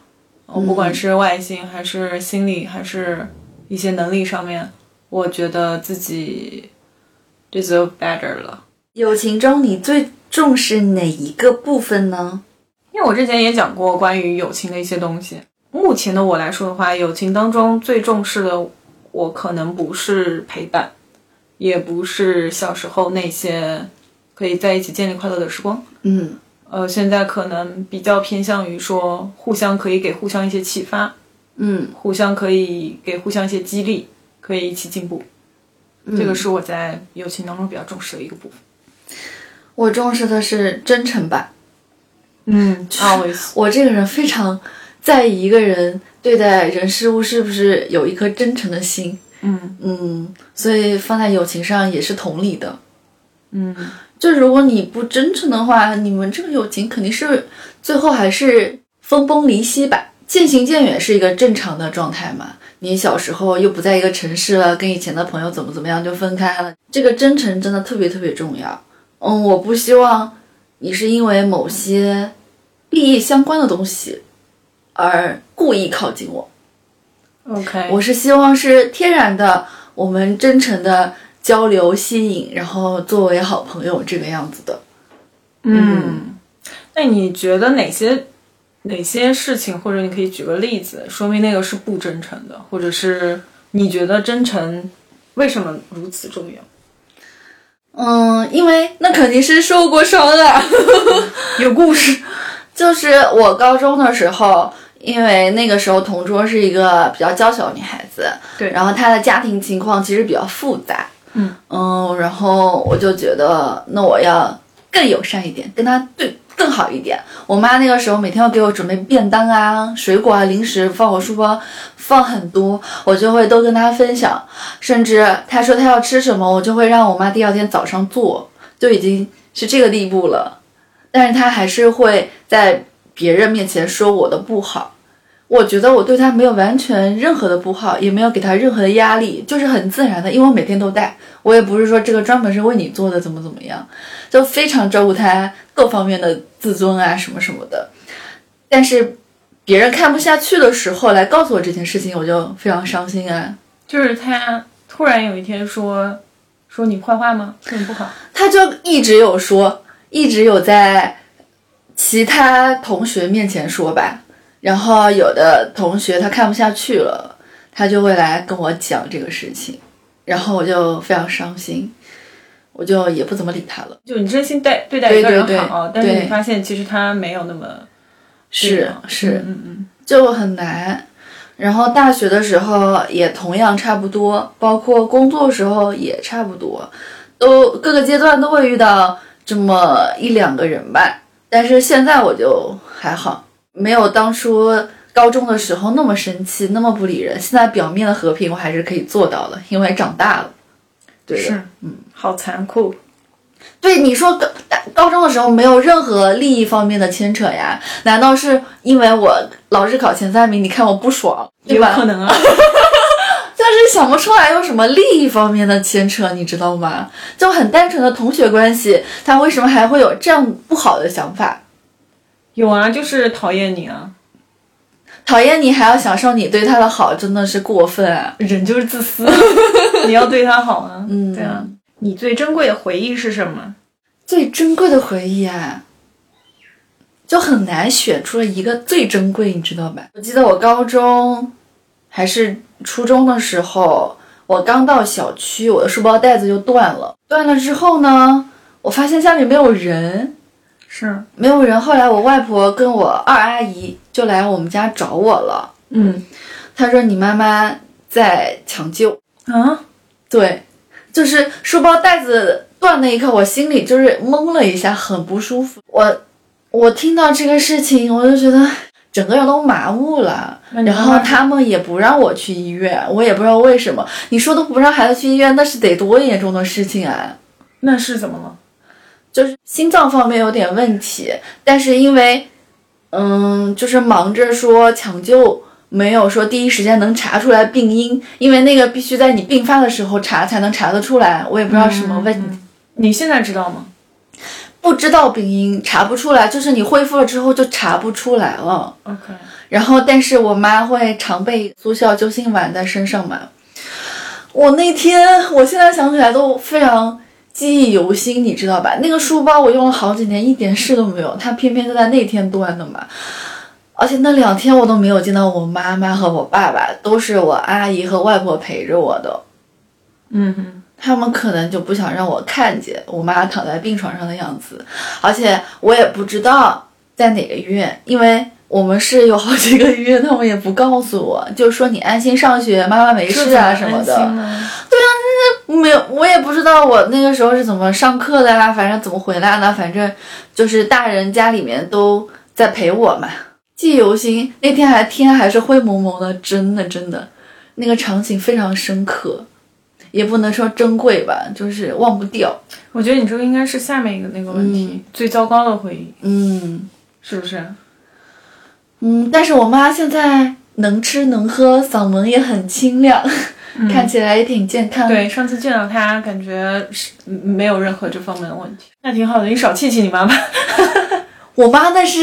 我不管是外形还是心理还是一些能力上面，我觉得自己 deserve better 了。
友情中你最重视哪一个部分呢？
因为我之前也讲过关于友情的一些东西。目前的我来说的话，友情当中最重视的，我可能不是陪伴，也不是小时候那些可以在一起建立快乐的时光。
嗯
呃，现在可能比较偏向于说，互相可以给互相一些启发，
嗯
互相可以给互相一些激励，可以一起进步。
嗯
这个是我在友情当中比较重视的一个部分。
我重视的是真诚吧。
嗯，always，
我这个人非常在意一个人对待人事物是不是有一颗真诚的心。
嗯
嗯，所以放在友情上也是同理的。
嗯，
就如果你不真诚的话，你们这个友情肯定是最后还是分崩离析吧。渐行渐远是一个正常的状态嘛。你小时候又不在一个城市了，跟以前的朋友怎么怎么样就分开了。这个真诚真的特别特别重要。嗯，我不希望你是因为某些利益相关的东西而故意靠近我。
，OK，
我是希望是天然的，我们真诚的交流、吸引，然后作为好朋友这个样子的。
嗯，那你觉得哪些哪些事情，或者你可以举个例子，说明那个是不真诚的，或者是嗯你觉得真诚为什么如此重要？
嗯，因为那肯定是受过伤啊。
有故事，
就是我高中的时候，因为那个时候同桌是一个比较娇小的女孩子，
对
然后她的家庭情况其实比较复杂，
嗯
嗯，然后我就觉得那我要更友善一点，跟她对更好一点。我妈那个时候每天要给我准备便当啊、水果啊、零食，放我书包，放很多，我就会都跟她分享。甚至她说她要吃什么，我就会让我妈第二天早上做，就已经是这个地步了。但是她还是会在别人面前说我的不好。我觉得我对她没有完全任何的不好，也没有给她任何的压力，就是很自然的，因为我每天都带，我也不是说这个专门是为你做的，怎么怎么样。就非常照顾他各方面的自尊啊什么什么的。但是别人看不下去的时候来告诉我这件事情，我就非常伤心啊。
就是他突然有一天说说你坏话吗？说你不好，
他就一直有说，一直有在其他同学面前说吧。然后有的同学他看不下去了，他就会来跟我讲这个事情，然后我就非常伤心，我就也不怎么理他了。
就你真心待对待一个
对对
人
对
好，但是你
对
发现其实他没有那么
是是，
嗯嗯
就很难。然后大学的时候也同样差不多，包括工作时候也差不多，都各个阶段都会遇到这么一两个人吧。但是现在我就还好，没有当初高中的时候那么生气，那么不理人。现在表面的和平我还是可以做到的，因为长大了。
嗯，
对的，
是，嗯，好残酷，
对你说高大高中的时候没有任何利益方面的牵扯呀？难道是因为我老是考前三名，你看我不爽，
也
对
有
吧？
可能 啊。
但是想不出来有什么利益方面的牵扯，你知道吗？就很单纯的同学关系，他为什么还会有这样不好的想法？
有啊，就是讨厌你啊，
讨厌你还要享受你对他的好，真的是过分啊！
人就是自 私，你要对他好啊，
嗯
对啊。你最珍贵的回忆是什么？
最珍贵的回忆啊，就很难选出了一个最珍贵，你知道吧？我记得我高中还是初中的时候，我刚到小区，我的书包带子就断了。断了之后呢，我发现家里没有人，
是，
没有人。后来我外婆跟我二阿姨就来我们家找我了，
嗯
她说你妈妈在抢救，
啊，
对，就是书包带子断那一刻，我心里就是懵了一下，很不舒服。我我听到这个事情，我就觉得整个人都麻木了。
那你
然
妈妈
后他们也不让我去医院，我也不知道为什么。你说都不让孩子去医院，那是得多严重的事情啊！
那是怎么了？
就是心脏方面有点问题，但是因为，嗯，就是忙着说抢救，没有说第一时间能查出来病因，因为那个必须在你病发的时候查才能查得出来。我也不知道什么问题，
你现在知道吗？
不知道病因，查不出来，就是你恢复了之后就查不出来了。
OK，
然后，但是我妈会常备速效救心丸在身上嘛。我那天，我现在想起来都非常记忆犹新，你知道吧？那个书包我用了好几年，一点事都没有，它偏偏就在那天断的嘛。而且那两天我都没有见到我妈妈和我爸爸，都是我阿姨和外婆陪着我的。
嗯哼，
他们可能就不想让我看见我妈躺在病床上的样子，而且我也不知道在哪个医院，因为我们是有好几个医院，他们也不告诉我，就说你安心上学，妈妈没事啊什么
这怎
的。
么安心呢
没有，我也不知道我那个时候是怎么上课的啦、反正怎么回来呢，反正就是大人家里面都在陪我嘛。记忆犹新，那天还天还是灰蒙蒙的，真的真的，那个场景非常深刻，也不能说珍贵吧，就是忘不掉。
我觉得你这个应该是下面一个那个问题，最糟糕的回忆
嗯
是不是？
嗯，但是我妈现在能吃能喝，嗓门也很清亮， 看起来也挺健康。，
对，上次见到他，感觉是嗯没有任何这方面的问题，那挺好的。你少气气你妈妈。
我妈那是，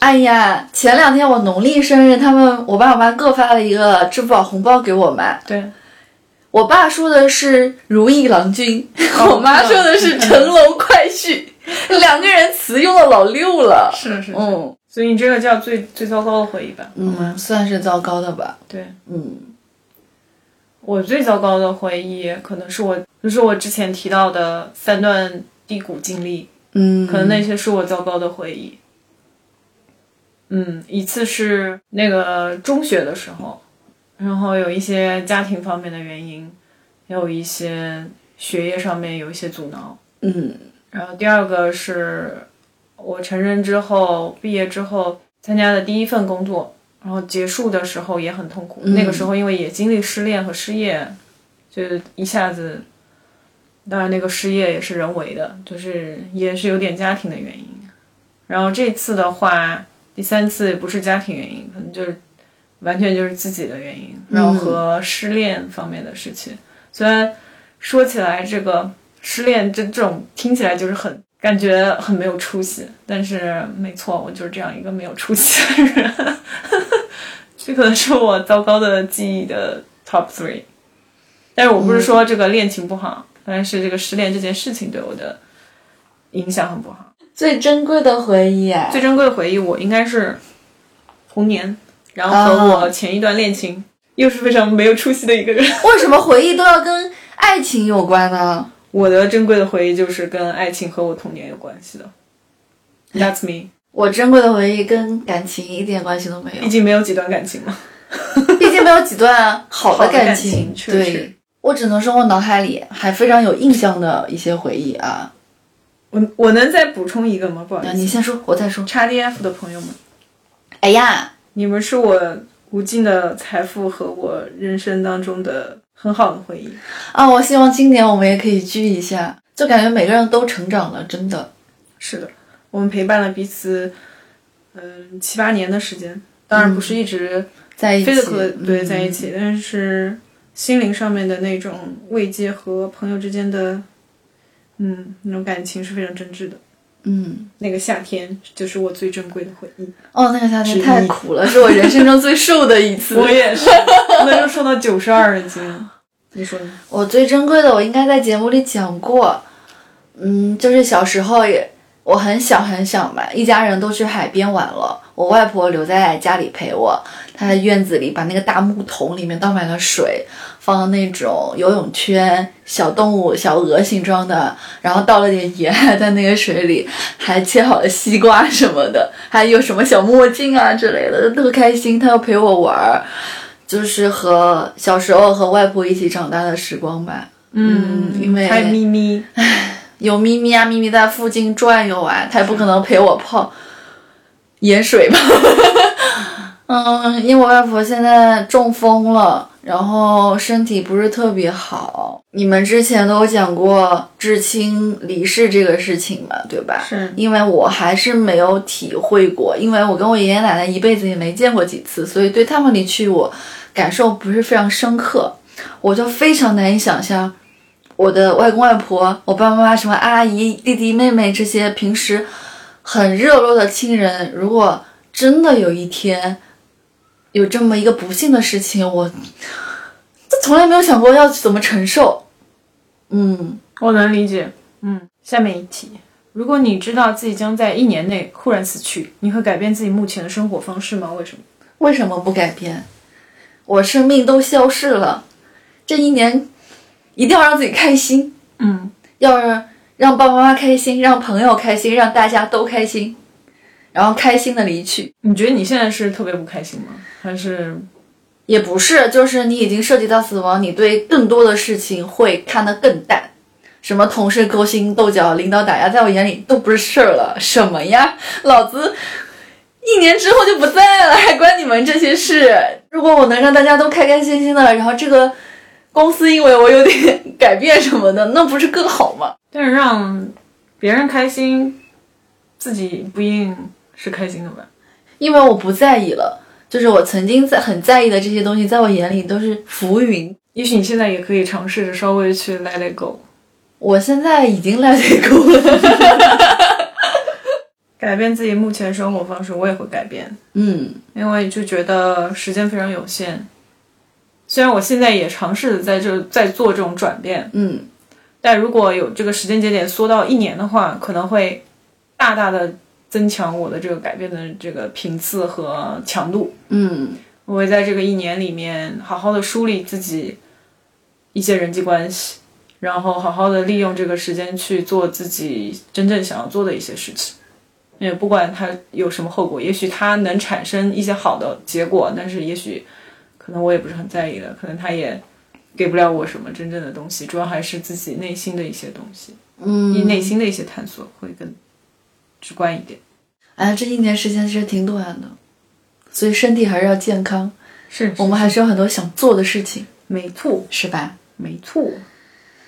哎呀，前两天我农历生日，他们我爸我妈各发了一个支付宝红包给我妈。
对，
我爸说的是如意郎君，
哦
我妈说的是乘龙快婿，两个人词用到老六了。
是是是
嗯
所以你这个叫最最糟糕的回忆吧？
嗯，算是糟糕的吧。
对
嗯
我最糟糕的回忆，可能是我就是我之前提到的三段低谷经历，
嗯，
可能那些是我糟糕的回忆。嗯，一次是那个中学的时候，然后有一些家庭方面的原因，也有一些学业上面有一些阻挠。
嗯
然后第二个是我成人之后，毕业之后参加的第一份工作，然后结束的时候也很痛苦。那个时候因为也经历失恋和失业，就是一下子，当然那个失业也是人为的，就是也是有点家庭的原因。然后这次的话，第三次不是家庭原因，可能就是完全就是自己的原因，然后和失恋方面的事情。虽然说起来这个失恋这这种听起来就是很感觉很没有出息，但是没错，我就是这样一个没有出息的人。 这可能是我糟糕的记忆的 top three。但是我不是说这个恋情不好，但是这个失恋这件事情对我的影响很不好。
最珍贵的回忆哎，
最珍贵的回忆，我应该是童年，然后
啊
和我前一段恋情，又是非常没有出息的一个人。
为什么回忆都要跟爱情有关呢？
我的珍贵的回忆就是跟爱情和我童年有关系的。That's me，
我珍贵的回忆跟感情一点关系都没有
毕，竟没有几段感情嘛。
毕竟没有几段好
好的
感
感情确实
对，我只能说我脑海里还非常有印象的一些回忆啊。
我我能再补充一个吗？不好
那
意
你
思
先说，我再说。
，XDF 的朋友们，
哎呀，
你们是我无尽的财富和我人生当中的很好的回忆。
啊，我希望今年我们也可以聚一下，就感觉每个人都成长了，真的。
是的，我们陪伴了彼此，嗯、七八年的时间，当然不
嗯
是一直
在一起，嗯
非得可对在一
起。
起，但是心灵上面的那种慰藉和朋友之间的，嗯，那种感情是非常真挚的。
嗯，
那个夏天就是我最珍贵的回忆。
哦，那个夏
是
天太
你
苦了，是我人生中最瘦的 一次。
也是，那就瘦到九十二斤。你说呢？
我最珍贵的，我应该在节目里讲过，嗯，就是小时候也，我很小很小嘛，一家人都去海边玩了，我外婆留在家里陪我，她在院子里把那个大木桶里面倒满了水，放那种游泳圈、小动物、小鹅形状的，然后倒了点盐在那个水里，还切好了西瓜什么的，还有什么小墨镜啊之类的，特开心，她要陪我玩儿。就是和小时候和外婆一起长大的时光吧。嗯因为
还有咪咪，
有咪咪啊，咪咪在附近转悠啊，它也不可能陪我泡盐水吧。 嗯，因为我外婆现在中风了，然后身体不是特别好。你们之前都有讲过至亲离世这个事情嘛，对吧？
是
因为我还是没有体会过，因为我跟我爷爷奶奶一辈子也没见过几次，所以对他们离去我感受不是非常深刻，我就非常难以想象我的外公外婆、我爸爸妈妈、什么阿姨、弟弟妹妹这些平时很热络的亲人，如果真的有一天有这么一个不幸的事情，我这从来没有想过要怎么承受。嗯，
我能理解。嗯，下面一题，如果你知道自己将在一年内忽然死去，你会改变自己目前的生活方式吗？为什么？
为什么不改变？我生命都消逝了，这一年一定要让自己开心，
嗯，
要让让爸爸妈妈开心，让朋友开心，让大家都开心，然后开心的离去。
你觉得你现在是特别不开心吗？还是
也不是，就是你已经涉及到死亡，你对更多的事情会看得更淡。什么同事勾心斗角、领导打压，在我眼里都不是事儿了。什么呀，老子一年之后就不在了，还关你们这些事？如果我能让大家都开开心心的，然后这个公司因为我有点 改变什么的，那不是更好吗？
但是让别人开心，自己不一定是开心的吧？
因为我不在意了，就是我曾经在很在意的这些东西，在我眼里都是浮云。
也许你现在也可以尝试着稍微去 let it go，
我现在已经烂尾狗了。
改变自己目前生活方式，我也会改变，
嗯。
因为就觉得时间非常有限。虽然我现在也尝试着在这在做这种转变，
嗯，
但如果有这个时间节点缩到一年的话，可能会大大的增强我的这个改变的这个频次和强度。
嗯
我会在这个一年里面好好的梳理自己一些人际关系，然后好好的利用这个时间去做自己真正想要做的一些事情。也不管它有什么后果，也许它能产生一些好的结果，但是也许可能我也不是很在意了，可能它也给不了我什么真正的东西，主要还是自己内心的一些东西，
嗯，
你内心的一些探索会更直观一点。
哎，这一年时间其实挺短的，所以身体还是要健康。
是
我们还是有很多想做的事情，
没错，
是吧？
没错。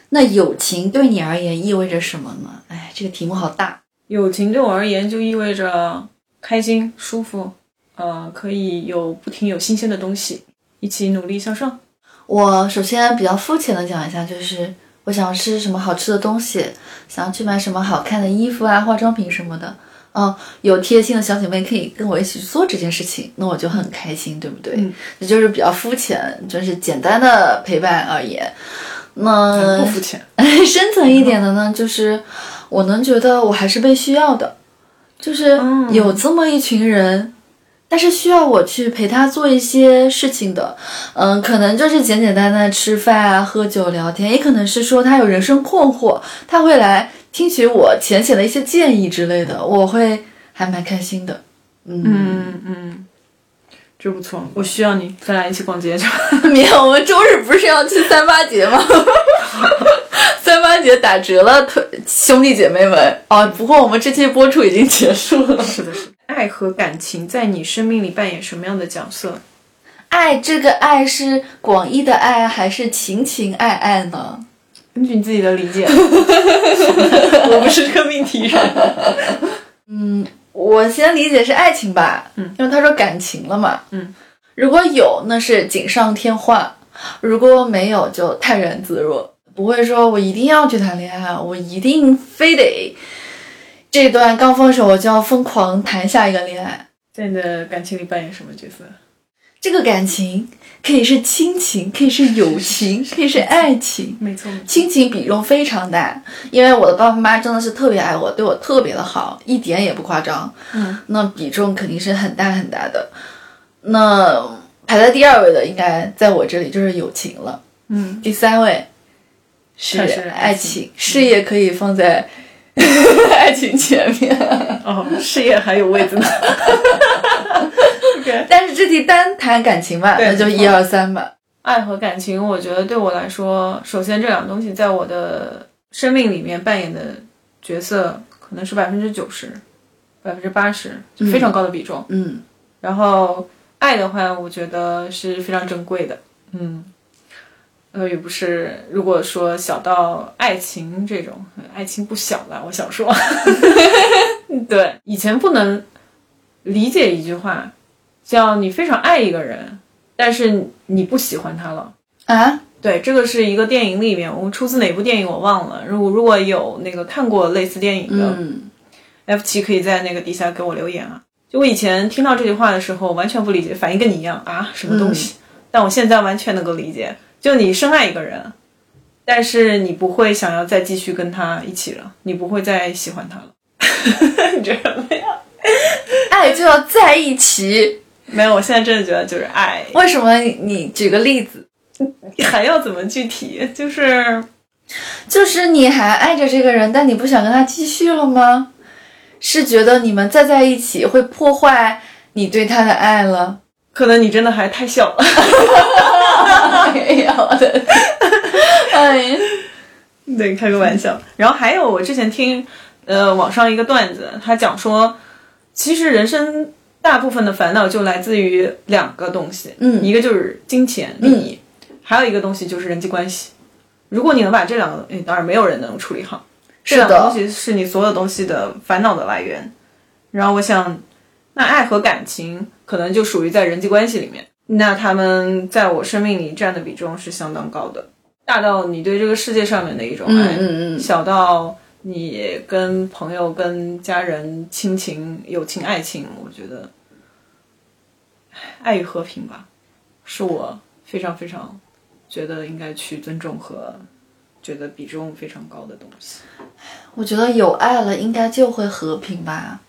那友情对你而言意味着什么呢？哎，这个题目好大。
友情对我而言就意味着开心、舒服，呃，可以有不停有新鲜的东西，一起努力向上。
我首先比较肤浅的讲一下，就是我想吃什么好吃的东西，想要去买什么好看的衣服啊、化妆品什么的。嗯，有贴心的小姐妹可以跟我一起去做这件事情，那我就很开心，对不对？
嗯
这就是比较肤浅，就是简单的陪伴而言。那呃
不肤浅，
深层一点的呢，就是我能觉得我还是被需要的，就是
嗯
有这么一群人，但是需要我去陪他做一些事情的，嗯，可能就是简简单单的吃饭啊、喝酒、聊天，也可能是说他有人生困惑，他会来听取我浅显的一些建议之类的，我会还蛮开心的。
嗯嗯，这不错，我需要你，咱俩一起逛街去。
没有，我们周日不是要去三八节吗？ 三八节打折了，腿兄弟姐妹们啊！不过我们这期播出已经结束了。
是的，是的。 爱和感情在你生命里扮演什么样的角色？
爱这个爱是广义的爱还是情情爱爱呢？
根据你自己的理解， 我不是这个命题 人。
嗯我先理解是爱情吧，嗯，因为他说感情了嘛，
嗯，
如果有那是锦上添花，如果没有就泰然自若，不会说我一定要去谈恋爱，啊我一定非得这段刚分手我就要疯狂谈下一个恋爱。
在你的感情里扮演什么角色？
这个感情可以是亲情，可以是友 情，可以是爱情，
没错，
亲情比重非常大，因为我的爸爸妈妈真的是特别爱我，对我特别的好，一点也不夸张。
嗯，
那比重肯定是很大很大的。那排在第二位的，应该在我这里就是友情了。
嗯，
第三位是
还是
爱
爱
情，事业可以放在 爱情前面，
哦， 事业还有位子呢。OK，
但是这题单谈感情嘛，
对
那就一二三吧。
爱和感情，我觉得对我来说，首先这两个东西在我的生命里面扮演的角色可能是百分之九十、百分之八十，就非常高的比重。
嗯，
然后爱的话，我觉得是非常珍贵的。嗯，呃，也不是，如果说小到爱情这种，爱情不小了，我想说， 对，以前不能理解一句话，叫你非常爱一个人，但是你不喜欢他了。
啊，
对，这个是一个电影里面，我出自哪部电影我忘了。如果如果有那个看过类似电影的，
嗯，
F 七可以在那个底下给我留言啊。就我以前听到这句话的时候，完全不理解，反应跟你一样啊，什么东西？但我现在完全能够理解，就你深爱一个人，但是你不会想要再继续跟他一起了，你不会再喜欢他了。 你觉得没有？
爱就要在一起。
没有，我现在真的觉得就是爱，
为什么你你举个例子？
还要怎么具体？就是
就是你还爱着这个人，但你不想跟他继续了吗？是觉得你们再在一起会破坏你对他的爱了？
可能你真的还太小了。
没有的，哎，
对，开个玩笑。然后还有，我之前听，呃，网上一个段子，他讲说，其实人生大部分的烦恼就来自于两个东西，
嗯
一个就是金钱利益，还有一个东西就是人际关系。如果你能把这两个，哎，当然没有人能处理好，这
是
两个
的
东西是你所有东西的烦恼的来源。然后我想，那爱和感情可能就属于在人际关系里面，那他们在我生命里占的比重是相当高的，大到你对这个世界上面的一种爱，
嗯嗯嗯
小到你跟朋友、跟家人、亲情、友情、爱情，我觉得唉爱与和平吧，是我非常非常觉得应该去尊重和觉得比重非常高的东西。
我觉得有爱了，应该就会和平吧。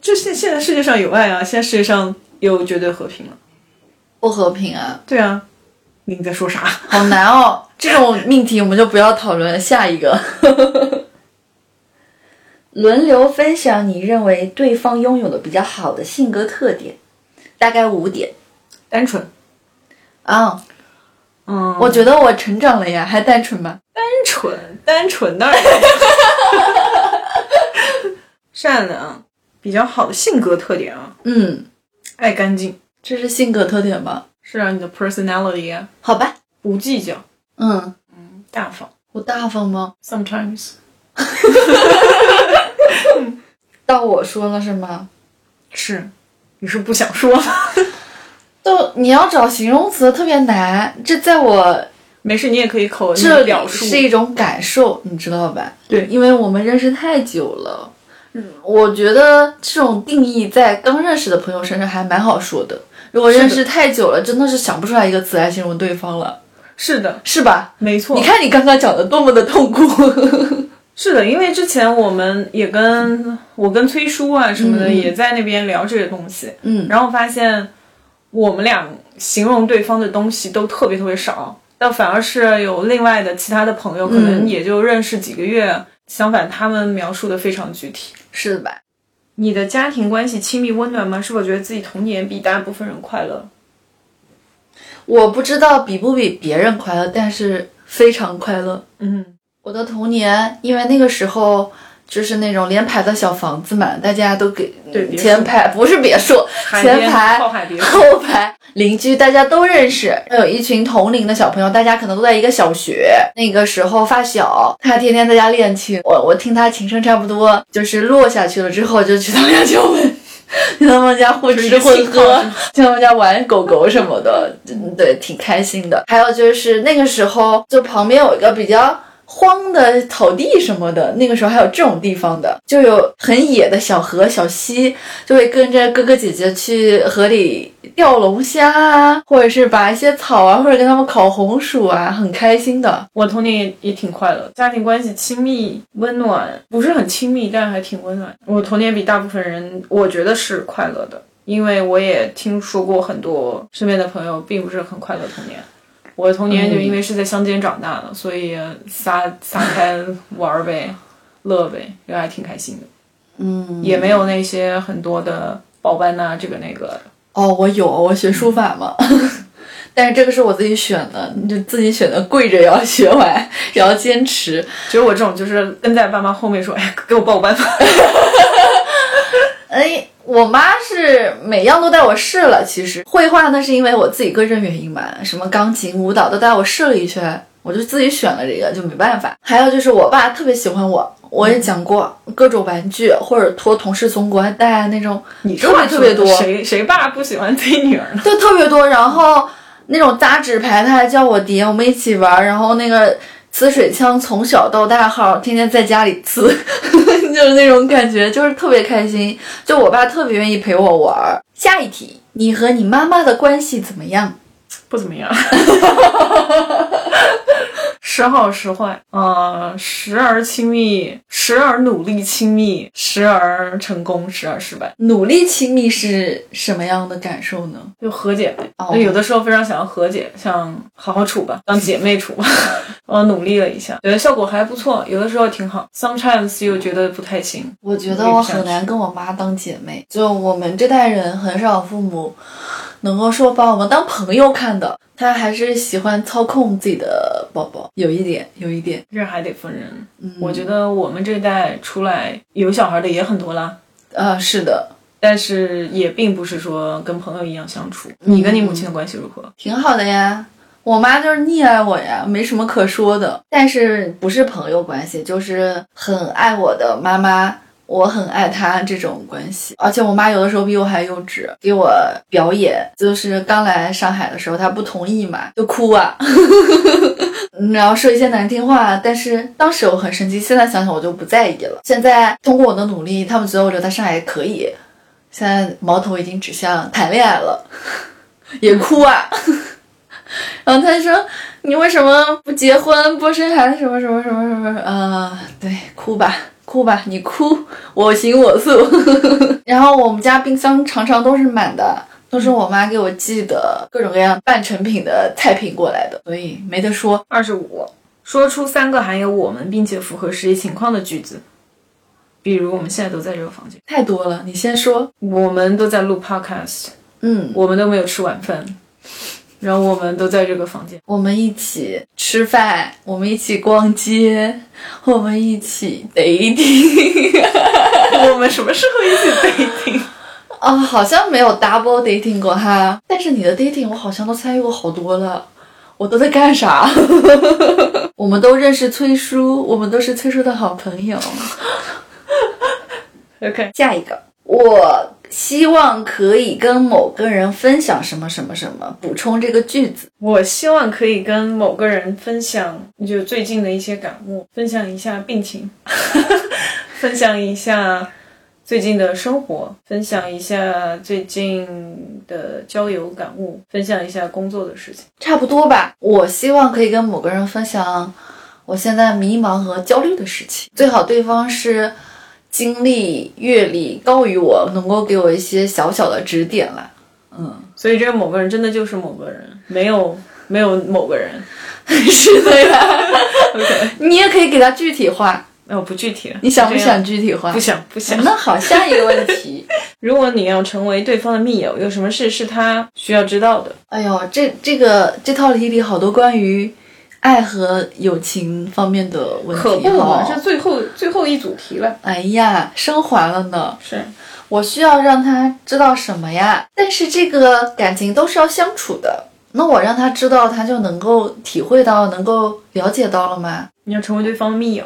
就现现在世界上有爱啊，现在世界上有绝对和平了。
不和平啊，
对啊，你在说啥？
好难哦！这种命题我们就不要讨论了，下一个。
轮流分享你认为对方拥有的比较好的性格特点，大概五点。
单纯。
啊、
嗯，
我觉得我成长了呀，还单纯吧？
单纯，单纯当然。 善良，比较好的性格特点啊，
嗯，
爱干净，
这是性格特点吧？
是啊，你的 personality 啊，
好吧，
不计较，
嗯，
大方
我大方吗？
，sometimes
到我说了是吗？
是，你是不想说 吗？
都你要找形容词特别难，这在我
没事，你也可以口
嗯这
里表
里
述。
是一种感受，你知道吧？
对
因为我们认识太久了，嗯，我觉得这种定义在刚认识的朋友身上还蛮好说的。如果认
是
识太久了，真的是想不出来一个词来形容对方了，
是的，
是吧？
没错。
你看你刚刚讲的多么的痛苦，
是的，因为之前我们也跟我跟崔叔啊什么的也在那边聊这些东西，
嗯，
然后发现我们俩形容对方的东西都特别特别少，但反而是有另外的其他的朋友，可能也就认识几个月，相反他们描述的非常具体。
是吧？
你的家庭关系亲密温暖吗？是否觉得自己童年比大部分人快乐？
我不知道比不比别人快乐，但是非常快乐。
嗯，
我的童年，因为那个时候就是那种连排的小房子嘛，大家都给
对别墅
前排不是别墅，
海
前
边
排
靠海别墅，
后排邻居大家都认识，有一群同龄的小朋友，大家可能都在一个小学，那个时候发小，他天天在家练琴，我我听他琴声差不多，就是落下去了之后就去他们家敲门。去他们家混吃混喝，去他们家玩狗狗什么的，嗯对，挺开心的。还有就是那个时候，就旁边有一个比较荒的草地什么的，那个时候还有这种地方的，就有很野的小河、小溪，就会跟着哥哥姐姐去河里钓龙虾啊，或者是拔一些草啊，或者跟他们烤红薯啊，很开心的。
我童年也也挺快乐，家庭关系亲密温暖，不是很亲密，但还挺温暖。我童年比大部分人，我觉得是快乐的，因为我也听说过很多身边的朋友并不是很快乐童年。我的童年就因为是在乡间长大的，所以撒撒开玩儿呗，乐呗，就还挺开心的。嗯，也没有那些很多的报班呐、这个那个的。
哦，我有，我学书法嘛。 但是这个是我自己选的，你就自己选的，跪着也要学完，也要坚持。
只有我这种就是跟在爸妈后面说，哎，给我报班吧。
哎，我妈是每样都带我试了。其实绘画那是因为我自己个人原因嘛，什么钢琴、舞蹈都带我试了一圈，我就自己选了这个，就没办法。还有就是我爸特别喜欢我，我也讲过各种玩具，或者托同事从国外带啊那种，
你
特别特别多，
谁谁爸不喜欢自己女儿 呢？
就特别多。然后那种杂纸牌，他还叫我叠，我们一起玩儿。然后那个呲水枪，从小到大号，天天在家里呲， 就是那种感觉，就是特别开心。就我爸特别愿意陪我玩儿。下一题，你和你妈妈的关系怎么样？
不怎么 样，时好时坏，呃，时而亲密，时而努力亲密，时而成功，时而失败，
努力亲密是什么样的感受呢？
就和解呗。
哦
就有的时候非常想要和解，想好好处吧，当姐妹 处吧。我努力了一下，觉得效果还不错，有的时候挺好。Sometimes 又觉得不太行，
我觉得我很难跟我妈当姐妹，就我们这代人很少父母能够说把我们当朋友看的，他还是喜欢操控自己的宝宝，有一点，有一点。
这还得分人。
嗯，
我觉得我们这代出来有小孩的也很多啦，
啊，是的，
但是也并不是说跟朋友一样相处。你跟你母亲的关系如何？
挺好的呀。我妈就是溺爱我呀，没什么可说的。但是不是朋友关系，就是很爱我的妈妈，我很爱她这种关系。而且我妈有的时候比我还幼稚，给我表演，就是刚来上海的时候，她不同意嘛，就哭啊， 嗯然后说一些难听话。但是当时我很生气，现在想想我就不在意了。现在通过我的努力，他们觉得我留在上海也可以。现在矛头已经指向谈恋爱了。也哭啊。然后他就说：“你为什么不结婚不生孩子？什么什么什么什么？啊、对，哭吧，哭吧，你哭，我行我素。” 然后我们家冰箱常常都是满的，都是我妈给我寄的各种各样半成品的菜品过来的，所以没得说。
二十五，说出三个含有“我们”并且符合实际情况的句子，比如我们现在都在这个房间，
太多了，你先说。
我们都在录 podcast，
嗯，
我们都没有吃晚饭，然后我们都在这个房间。
我们一起吃饭，我们一起逛街，我们一起 dating
我们什么时候一起 dating？
啊，好像没有 double dating 过哈。但是你的 dating 我好像都参与过好多了，我都在干啥？ 我们都认识崔叔，我们都是崔叔的好朋友。
OK，
下一个，我希望可以跟某个人分享什么什么什么，补充这个句子。
我希望可以跟某个人分享，就最近的一些感悟，分享一下病情， 分享一下最近的生活，分享一下最近的交友感悟，分享一下工作的事情。
差不多吧。我希望可以跟某个人分享我现在迷茫和焦虑的事情，最好对方是经历阅历高于我，能够给我一些小小的指点啦。
所以这个某个人真的就是某个人，没有没有某个人。
是的呀，
OK，
你也可以给他具体化，
哎那我不具体了。
你想不
就这样
想？具体化？
不。想，不想。
那好，下一个问 题。
如果你要成为对方的密友，有什么事是他需要知道的？
哎呦，这这个这套题里好多关于爱和友情方面的问题哦哈
最后最后一组题了。
哎呀，升华了呢。
是，
我需要让他知道什么呀？但是这个感情都是要相处的，那我让他知道，他就能够体会到，能够了解到了吗？
你要成为对方的密友，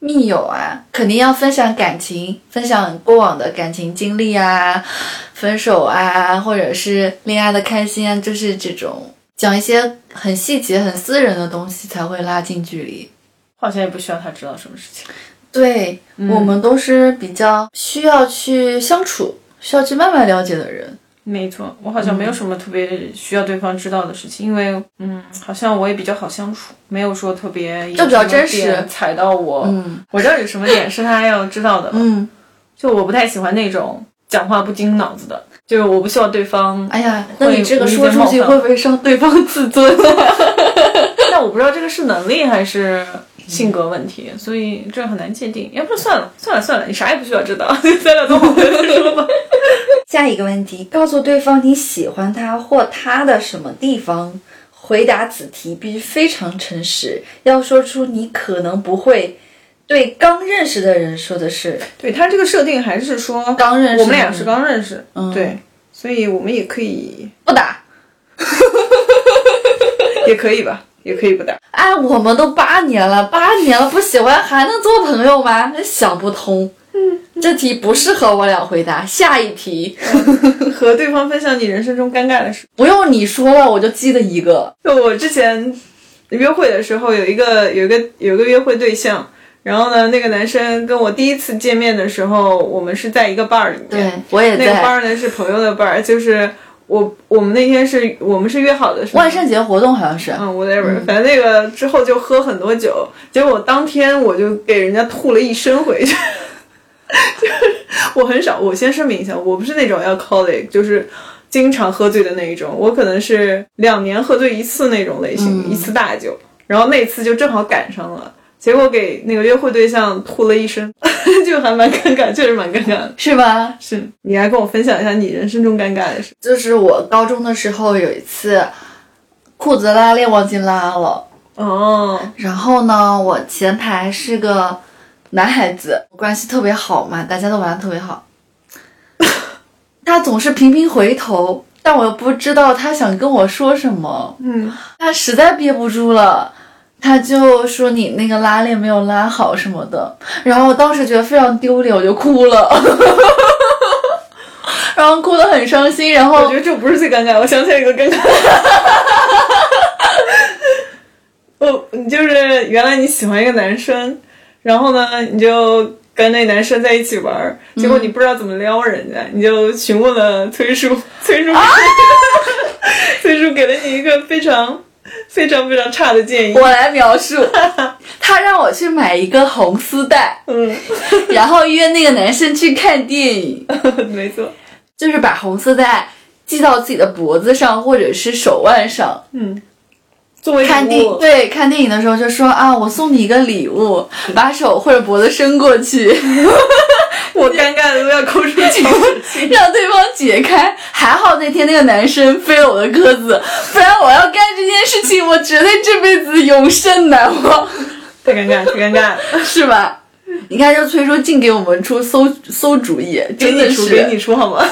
密友啊，肯定要分享感情，分享过往的感情经历啊，分手啊，或者是恋爱的开心啊，就是这种讲一些很细节、很私人的东西，才会拉近距离。
好像也不需要他知道什么事情。
对、我们都是比较需要去相处、需要去慢慢了解的人。
没
嗯
错，我好像没有什么特别需要对方知道的事情，因为嗯，好像我也比较好相处，没有说特别就
比较真实
踩到我。
嗯，
我知道有什么点是他要知道的，
嗯，
就我不太喜欢那种讲话不经脑子的，就是我不希望对 方。
哎呀，那你这个
会
说出去
有一点冒犯
会不会伤对方自尊？
但我不知道这个是能力还是性格问题，所以这很难界定。要不就算了，算了算了，你啥也不需要知道， 咱俩都好好说吧。
下一个问题，告诉对方你喜欢他或他的什么地方。回答此题必须非常诚实，要说出你可能不会对刚认识的人说的事。
对他这个设定还是说
刚认识
我们俩是刚认识，
嗯
对，所以我们也可以，
不打。
也可以吧，也可以不打。
哎，我们都八年了，八年了，不喜欢还能做朋友吗？想不通。嗯，这题不适合我俩回答。下一题，
和对方分享你人生中尴尬的事。
不用你说了，我就记得一个。
就我之前约会的时候，有一个有一个有一个约会对象。然后呢，那个男生跟我第一次见面的时候，我们是在一个 bar 里面，
对，我也
那个
在。
伴儿呢是朋友的伴儿，就是我我们那天是我们是约好的，是吗
万圣节活动好像是，
嗯 whatever，反正那个之后就喝很多酒，结果当天我就给人家吐了一身回去。 就是我很少，我先声明一下，我不是那种要 colleague，就是经常喝醉的那一种，我可能是两年喝醉一次那种类型，一次大酒，然后那次就正好赶上了。结果给那个约会对象吐了一身， 就还蛮尴尬，确实蛮尴尬的。
是吧？
是，你来跟我分享一下你人生中尴尬的事。
就是我高中的时候有一次，裤子拉链忘记拉了，
哦，
然后呢，我前排是个男孩子，关系特别好嘛，大家都玩的特别好。他总是频频回头，但我又不知道他想跟我说什么。
嗯，
他实在憋不住了，他就说你那个拉链没有拉好什么的。然后我当时觉得非常丢脸，我就哭了， 然后哭得很伤心。然后
我觉得这不是最尴尬，我想起来一个尴尬。 我你就是原来你喜欢一个男生，然后呢，你就跟那男生在一起玩儿，结果你不知道怎么撩人家，你就询问了崔叔，崔叔， 崔叔给了你一个非常非常非常差的建议。
我来描述， 他让我去买一个红丝 带，
嗯，
然后约那个男生去看电影，
没错，
就是把红丝带系到自己的脖子上或者是手腕上。
嗯，作为
看电
礼物
对看电影的时候就说啊，我送你一个礼 物， 把手或者脖子伸过去。
我尴尬的都要抠出气。
让对方解开。还好那天那个男生飞了我的鸽子，不然我要干这件事情，我绝对这辈子永生难忘，
太尴尬，太尴尬，
是吧？你看，这崔叔净给我们出馊馊主意，
给
真的
你出，给
是。
你出好吗？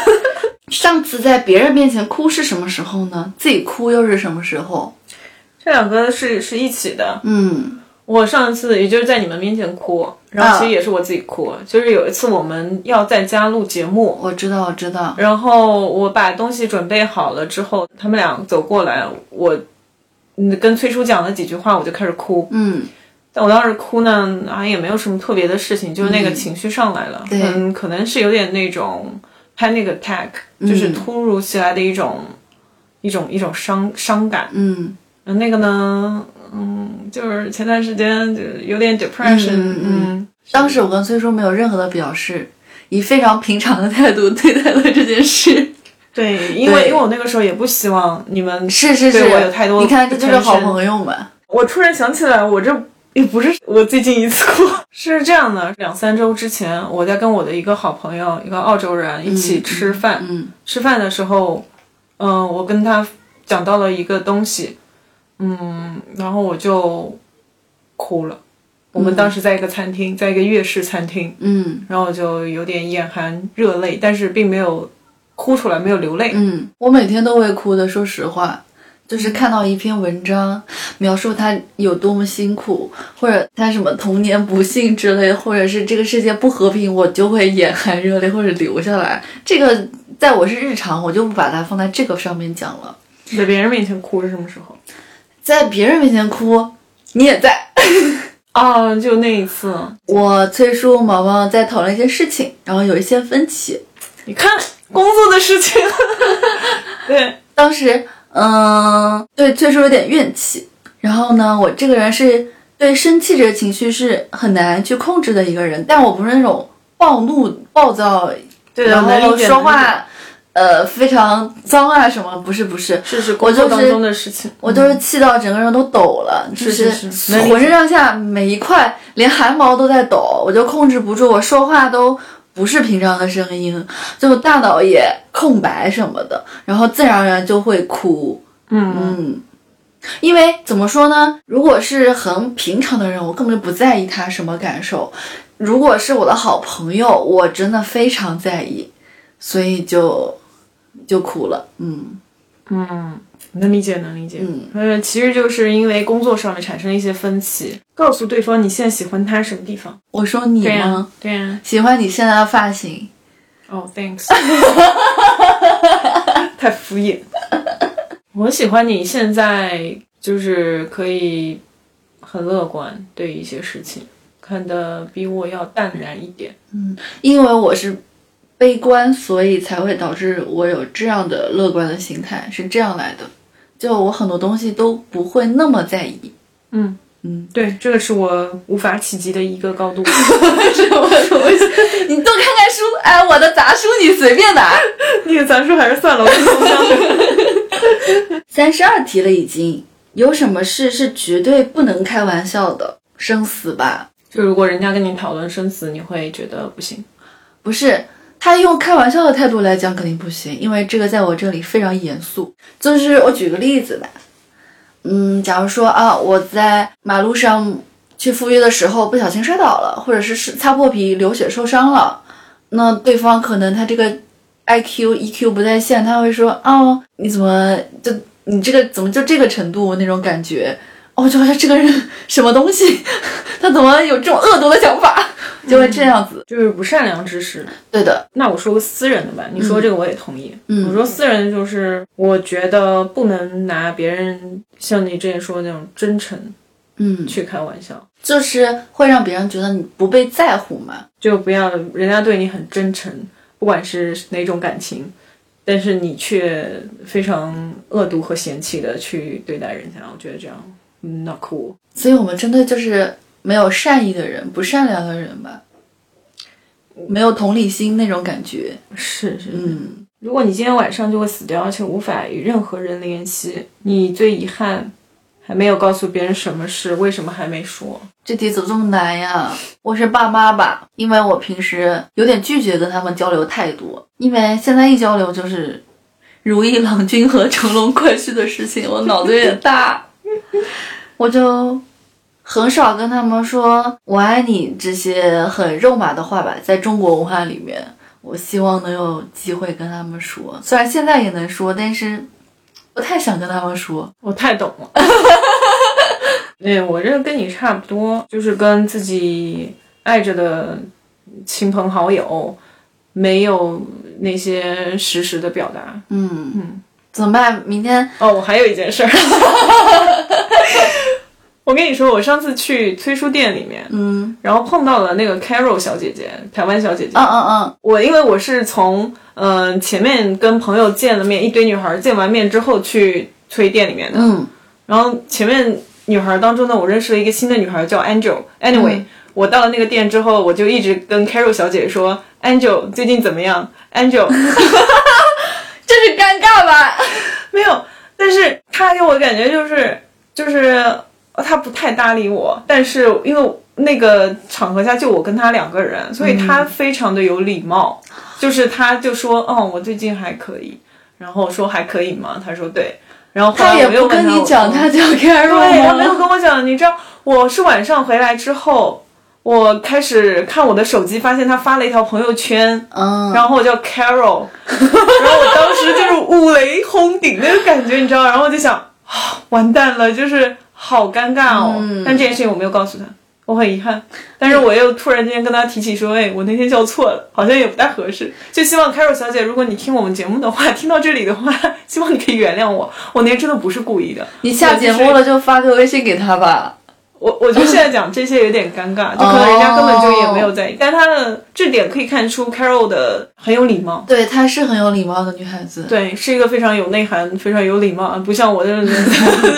上次在别人面前哭是什么时候呢？自己哭又是什么时候？
这两个是是一起的。
嗯，
我上次也就是在你们面前哭，然后其实也是我自己哭。就是有一次我们要在家录节目，
我知道，我知道。
然后我把东西准备好了之后，他们俩走过来，我嗯跟崔叔讲了几句话，我就开始哭。
嗯，
但我当时哭呢，啊也没有什么特别的事情，就是那个情绪上来了，
对
嗯，可能是有点那种 panic attack，就是突如其来的一种、一种一种伤伤感。
嗯，
嗯，那个呢，嗯，就是前段时间就有点 depression，
嗯嗯
嗯，
当时我跟崔叔没有任何的表示，以非常平常的态度对待了这件事。
对，因为
对
因为我那个时候也不希望你们
是是 是，
对我有太多
你看，这就是好
友。
朋友嘛。
我突然想起来，我这也不是我最近一次哭， 是这样的，两三周之前，我在跟我的一个好朋友，一个澳洲人一起吃饭，
嗯
吃饭的时候，嗯、我跟他讲到了一个东西，嗯，然后我就哭了。我们当时在一个餐厅，在一个粤式餐厅，
嗯
然后我就有点眼含热泪，但是并没有哭出来，没有流泪。
嗯，我每天都会哭的，说实话。就是看到一篇文章，描述他有多么辛苦，或者他什么童年不幸之类，或者是这个世界不和平，我就会眼含热泪或者流下来。这个在我是日常，我就不把它放在这个上面讲了。
在别人面前哭是什么时候？
在别人面前哭，你也在。
哦，就那一次，
我崔叔毛毛在讨论一些事情，然后有一些分歧。
你看工作的事情，对，
当时，嗯，对崔叔有点怨气。然后呢，我这个人是对生气这个情绪是很难去控制的一个人，但我不是那种暴怒、暴躁，
对
然后说话，呃，非常脏啊什么，不是不是。
是是
我
工
就
作
是
当中的事情，
我都是气到整个人都抖了，就是
嗯是是能理解
浑身上下每一块连汗毛都在抖，我就控制不住，我说话都不是平常的声音，就大脑也空白什么的，然后自然而然就会哭。
嗯，
嗯，因为怎么说呢？如果是很平常的人，我根本就不在意他什么感受；如果是我的好朋友，我真的非常在意，所以就就哭了。嗯
能理解能理解，
嗯
嗯，其实就是因为工作上面产生了一些分歧，告诉对方你现在喜欢他什么地方，
我说你
对啊呀、
吗？
对呀、
喜欢你现在的发型。
哦、t h a n k s 太敷衍，我喜欢你现在就是可以很乐观对一些事情，看得比我要淡然一点。
因为我是悲观，所以才会导致我有这样的乐观的心态，是这样来的。就我很多东西都不会那么在意，
嗯
嗯，
对，这个是我无法企及的一个高度。
什么东西？你多看看书，哎，我的杂书你随便拿。
那个咱说还是算了，我跟宋江说
三十二题了，已经有什么事是绝对不能开玩笑的？生死吧，
就如果人家跟你讨论生死，你会觉得不行。
不是。他用开玩笑的态度来讲肯定不行，因为这个在我这里非常严肃。就是我举个例子吧，嗯，假如说啊，我在马路上去赴约的时候不小心摔倒了，或者是是擦破皮流血受伤了，那对方可能他这个 I Q E Q 不在线，他会说哦，你怎么就你这个怎么就这个程度那种感觉，哦，我就觉得这个人什么东西， 他怎么有这种恶毒的想法，就会这样子。
就是不善良之事。
对的，
那我说个私人的吧，你说这个我也同意。
嗯
我说私人就是，我觉得不能拿别人像你之前说的那种真诚
嗯，
去开玩笑，
就是会让别人觉得你不被在乎嘛。
就不要人家对你很真诚，不管是哪种感情，但是你却非常恶毒和嫌弃的去对待人家，我觉得这样嗯 not cool。
所以我们针对就是没有善意的人、不善良的人吧，没有同理心那种感觉。
是是，
嗯，
如果你今天晚上就会死掉，而且无法与任何人联系，你最遗憾还没有告诉别人什么事，为什么还没说？
这题怎么这么难呀？我是爸妈吧，因为我平时有点拒绝跟他们交流太多，因为现在一交流就是如意郎君和乘龙快婿的事情，我脑子有点大， 我就很少跟他们说“我爱你”这些很肉麻的话吧。在中国文化里面，我希望能有机会跟他们说，虽然现在也能说，但是不太想跟他们说。
我太懂 了。对，我这跟你差不多，就是跟自己爱着的亲朋好友，没有那些实时的表达。
嗯嗯，怎么办？明天
哦，我还有一件 事儿，我跟你说，我上次去崔书店里面，
嗯
然后碰到了那个 Carol 小姐姐，台湾小姐姐。
嗯嗯嗯，
我因为我是从嗯、呃前面跟朋友见了面，一堆女孩儿见完面之后去崔店里面的，
嗯
然后前面女孩当中呢，我认识了一个新的女孩叫 Angel。Anyway，、我
嗯
到了那个店之后，我就一直跟 Carol 小姐说，Angel 最近怎么样？Angel
这是尴尬吧？
没有，但是她给我的感觉就是就是呃她不太搭理我，但是因为那个场合下就我跟她两个人，所以
嗯
她非常的有礼貌，就是她就说，哦，我最近还可以，然后我说还可以吗？她说对。然后后
他
来
也
我又
不
问
跟
她，
你讲，
她。
他叫 Carol
对
吗？
他没有跟我讲，你知道我是晚上回来之后，我开始看我的手机，发现他发了一条朋友圈，
嗯，
然后我叫 Carol，然后我当时就是五雷轰顶那个感觉，你知道，然后我就想啊，完蛋了，就是好尴尬哦。
嗯
但这件事情我没有告诉他。我很遗憾，但是我又突然间跟他提起说，哎，我那天叫错了，好像也不太合适。就希望 Carol 小姐，如果你听我们节目的话，听到这里的话， 希望你可以原谅我，我那天真的不是故意的。
你下节目了就发个微信给他吧。
我我觉得现在讲这些有点尴尬，就可能人家根本就也没有
哦
在意，但他的这点可以看出 Carol 的很有礼貌，
对，她是很有礼貌的女孩子。，
对，是一个非常有内涵、非常有礼貌，不像我这种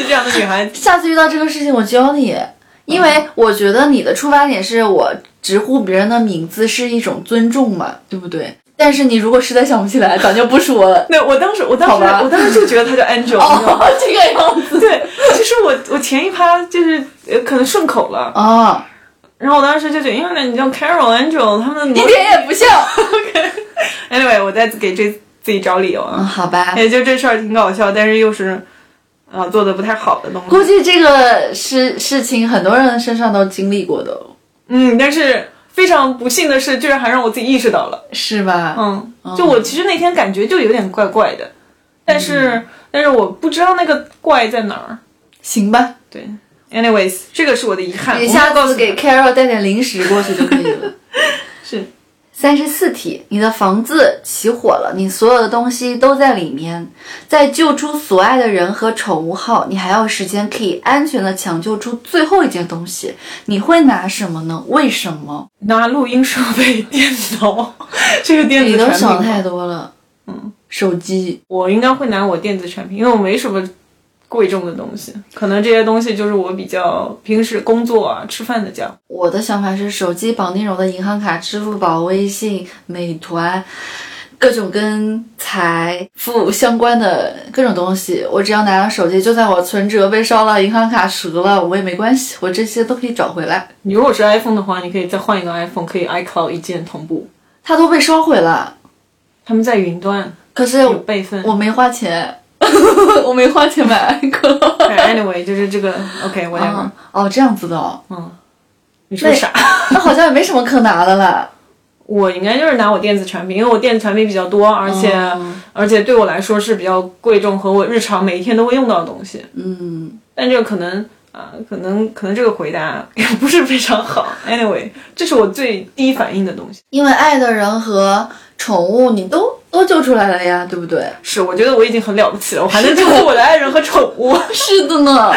这样的女孩子。。
下次遇到这个事情我教你，因为我觉得你的出发点是我直呼别人的名字是一种尊重嘛，对不对？但是你如果实在想不起来，咱就不说了
那我当时，我当
好吧
时，我当时就觉得她叫 Angel，你知道吗？
哦，这个样子
对，其实我我前一趴就是呃可能顺口了，
哦，
然后我当时就觉得，因为呢你叫 Carol、Angel，他们的
一
模
点也不像。
anyway，我再给这自己找理由
嗯，
啊，
好吧。
也就这事儿挺搞笑，但是又是啊做的不太好的东西。
估计这个事事情很多人身上都经历过的哦，
嗯，但是非常不幸的是，居然还让我自己意识到了。
是吧？
嗯，就我其实那天感觉就有点怪怪的，但是、
嗯
但是我不知道那个怪在哪儿。
行吧，
对，anyways，这个是我的遗憾。
你
我
下
没有告
次
诉
给
他
Carol 带点零食过去就可以了。
是
三十四题，你的房子起火了，你所有的东西都在里面。在救出所爱的人和宠物后，你还有时间可以安全的抢救出最后一件东西，你会拿什么呢？为什么？
拿录音设备、 电脑这个电
你
子
都
产
想
品，
太多了。嗯，手机。
我应该会拿我电子产品，因为我没什么贵重的东西，可能这些东西就是我比较平时工作啊、吃饭的家。
我的想法是，手机绑定我的银行卡、支付宝、微信、美团，各种跟财富相关的各种东西，我只要拿到手机，就算我存折被烧了、银行卡折了，我也没关系，我这些都可以找回来。
你如果是 iPhone 的话，你可以再换一个 iPhone，可以 iCloud 一键同步。
它都被烧毁了，
他们在云端
可是
有备份。
我没花钱， 我没花钱买 iQOO。
哎 anyway，就是这个嗯 OK，我 e
啊哦，这样子的哦，
你说啥？
那好像也没什么可拿的了。
我应该就是拿我电子产品，因为我电子产品比较多，而且、而且对我来说是比较贵重和我日常每一天都会用到的东西。
嗯，
但这个可能啊、可能可能这个回答也不是非常好。Anyway，这是我最第一反应的东西。
因为爱的人和宠物你都都救出来了呀，对不对？
是，我觉得我已经很了不起了，我还能救活我的爱人和宠物。
是的呢，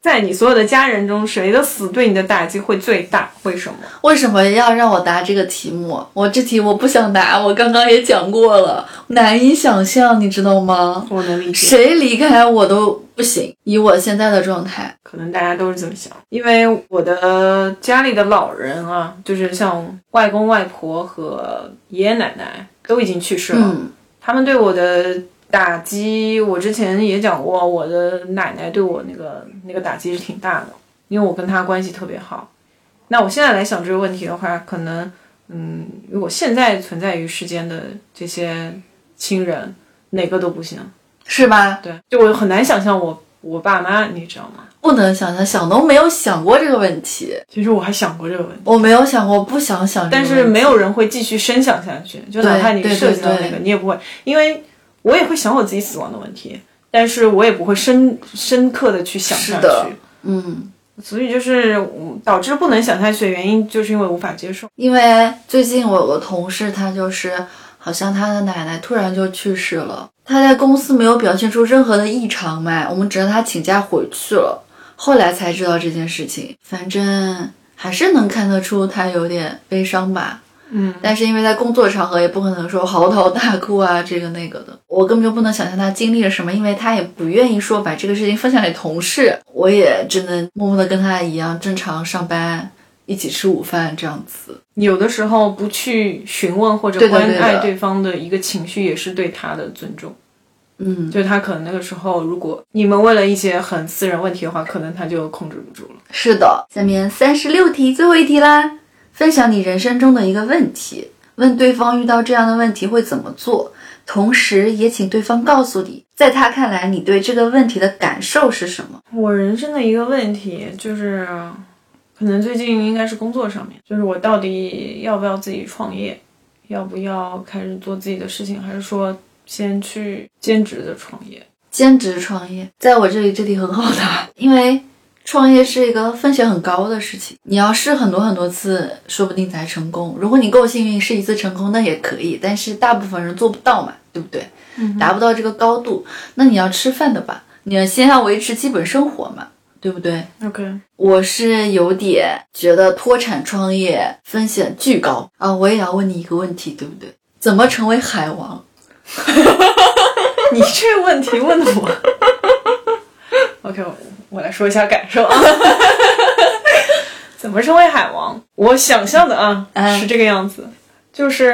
在你所有的家人中，谁的死对你的打击会最大？为什么？
为什么要让我答这个题目？我这题我不想答，我刚刚也讲过了，难以想象，你知道吗？
我能理解。
谁离开我都不行，以我现在的状态，
可能大家都是这么想，因为我的家里的老人啊，就是像外公外婆和爷爷奶奶都已经去世了，
嗯
他们对我的打击，我之前也讲过，我的奶奶对我那个那个打击是挺大的，因为我跟她关系特别好。那我现在来想这个问题的话，可能，嗯，如果现在存在于世间的这些亲人，哪个都不行。
是吧？
对，就我很难想象我我爸妈，你知道吗？
不能想象，想都没有想过这个问题。
其实我还想过这个问题，
我没有想过，不想想这个
但
嗯问题。
是没有人会继续深想下去，就哪怕你
对对
涉及到
对
那个，
对
你也不会，因为我也会想我自己死亡的问题，但是我也不会深深刻的去想下
是的
去。
嗯。
所以就是嗯导致不能想下去的原因，就是因为无法接受。
因为最近我有个同事，他就是好像他的奶奶突然就去世了，他在公司没有表现出任何的异常嘛，我们只让他请假回去了，后来才知道这件事情，反正还是能看得出他有点悲伤吧。
嗯，
但是因为在工作场合也不可能说嚎啕大哭啊，这个那个的，我根本就不能想象他经历了什么，因为他也不愿意说把这个事情分享给同事，我也只能默默的跟他一样正常上班，一起吃午饭这样子。
有的时候不去询问或者
对的
关
对的
爱对方的一个情绪，也是对他的尊重。
嗯，
就是他可能那个时候，如果你们为了一些很私人问题的话，可能他就控制不住了。
是的，下面三十六题，最后一题啦，分享你人生中的一个问题，问对方遇到这样的问题会怎么做，同时也请对方告诉你，在他看来你对这个问题的感受是什么。
我人生的一个问题就是，可能最近应该是工作上面，就是我到底要不要自己创业，要不要开始做自己的事情，还是说先去兼职的创业？
兼职创业，在我这里这题很好答，因为创业是一个风险很高的事情，你要试很多很多次，说不定才成功。如果你够幸运，试一次成功那也可以，但是大部分人做不到嘛，对不对？
嗯
达不到这个高度，那你要吃饭的吧，你要先要维持基本生活嘛，对不对？
OK，
我是有点觉得脱产创业风险巨高啊！我也要问你一个问题，对不对？怎么成为海王？
你这个问题问的我。OK，我我来说一下感受啊。 怎么成为海王？我想象的啊、
嗯
是这个样子，就是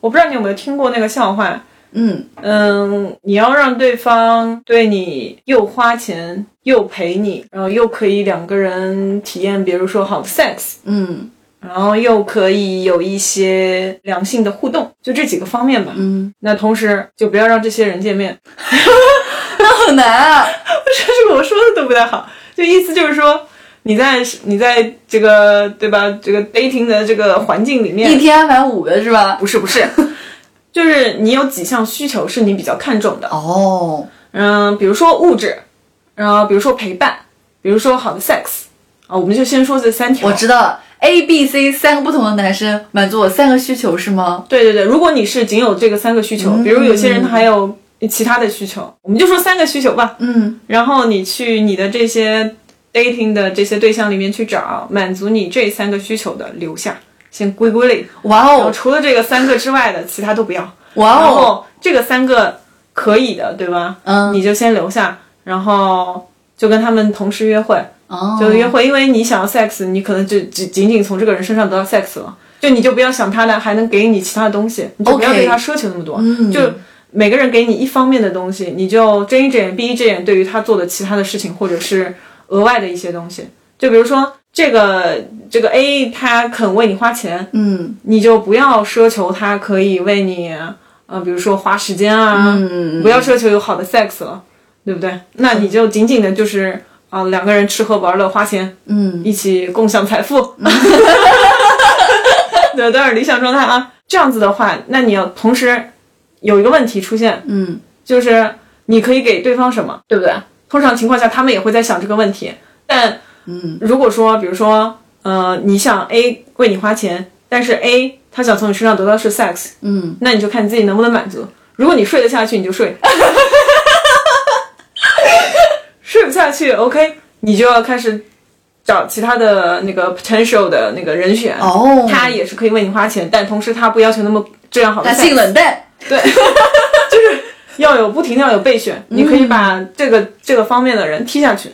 我不知道你有没有听过那个笑话，
嗯，
嗯，你要让对方对你又花钱又陪你，然后又可以两个人体验，比如说好 sex，
嗯
然后又可以有一些良性的互动，就这几个方面吧。
嗯，
那同时就不要让这些人见面，
那很难啊。
这是我说的都不太好，就意思就是说你在你在这个对吧这个 dating 的这个环境里
一
面，
天安排五个是吧？
不是不是，就是你有几项需求是你比较看重的，
哦，
嗯，比如说物质，然后比如说陪伴，比如说好的 sex 啊，我们就先说这三条。
我知道了，A、B、C 三个不同的男生满足我三个需求是吗？
对对对，如果你是仅有这个三个需求，
嗯
比如有些人他还有其他的需求，我们就说三个需求吧。
嗯，
然后你去你的这些 dating 的这些对象里面去找满足你这三个需求的留下，先归归类。
哇
然后
哦，
除了这个三个之外的，其他都不要。
哇
然
哦，
后这个三个可以的，对吧？
嗯，
你就先留下，然后就跟他们同时约会。
哦，
就约会，因为你想要 sex，你可能就只仅仅从这个人身上得到 sex 了，就你就不要想他的还能给你其他的东西，你就不要
OK
对他奢求那么多。
嗯
就每个人给你一方面的东西，你就睁一只眼闭一只眼，对于他做的其他的事情或者是额外的一些东西，就比如说这个这个 A 他肯为你花钱，
嗯
你就不要奢求他可以为你呃，比如说花时间啊，
嗯
不要奢求有好的 sex 了，对不对？那你就仅仅的就是。啊，两个人吃喝玩乐花钱，
嗯，
一起共享财富。 对，当然理想状态啊。这样子的话，那你要同时有一个问题出现，
嗯
就是你可以给对方什么，对不对？通常情况下，他们也会在想这个问题。但
嗯
如果说，比如说，呃，你想 A 为你花钱，但是 A 他想从你身上得到是 sex，
嗯，
那你就看你自己能不能满足。如果你睡得下去，你就睡； 睡不下去，OK，你就要开始找其他的那个 potential 的那个人选。
哦，
他也是可以为你花钱，但同时他不要求那么质量好的
他
sex，
性冷淡，
要有不停的要有备选。你
嗯
可以把这个这个方面的人踢下去。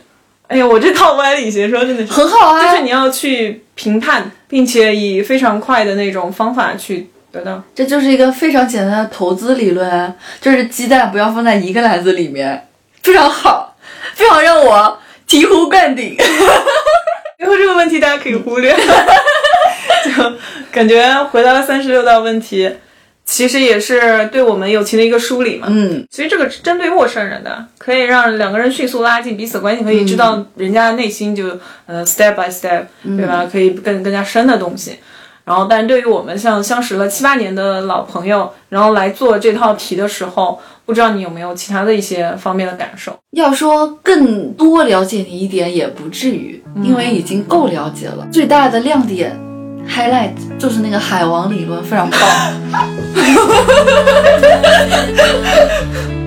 哎呀，我这套歪理邪说真的是，
很好
就
啊
是。你要去评判，并且以非常快的那种方法去对的，
这就是一个非常简单的投资理论，就是鸡蛋不要放在一个篮子里面，非常好，非常让我醍醐灌顶。
最后这个问题大家可以忽略， 就感觉回答了三十六道问题，其实也是对我们友情的一个梳理嘛。
嗯，
其实这个是针对陌生人的，可以让两个人迅速拉近彼此关系，可以知道人家的内心就，呃 step by step，对吧？可以更更加深的东西。然后，但是对于我们像相识了七八年的老朋友，然后来做这套题的时候，不知道你有没有其他的一些方面的感受？
要说更多了解你一点也不至于，因为已经够了解了。最大的亮点 highlight 就是那个海王理论，非常 棒。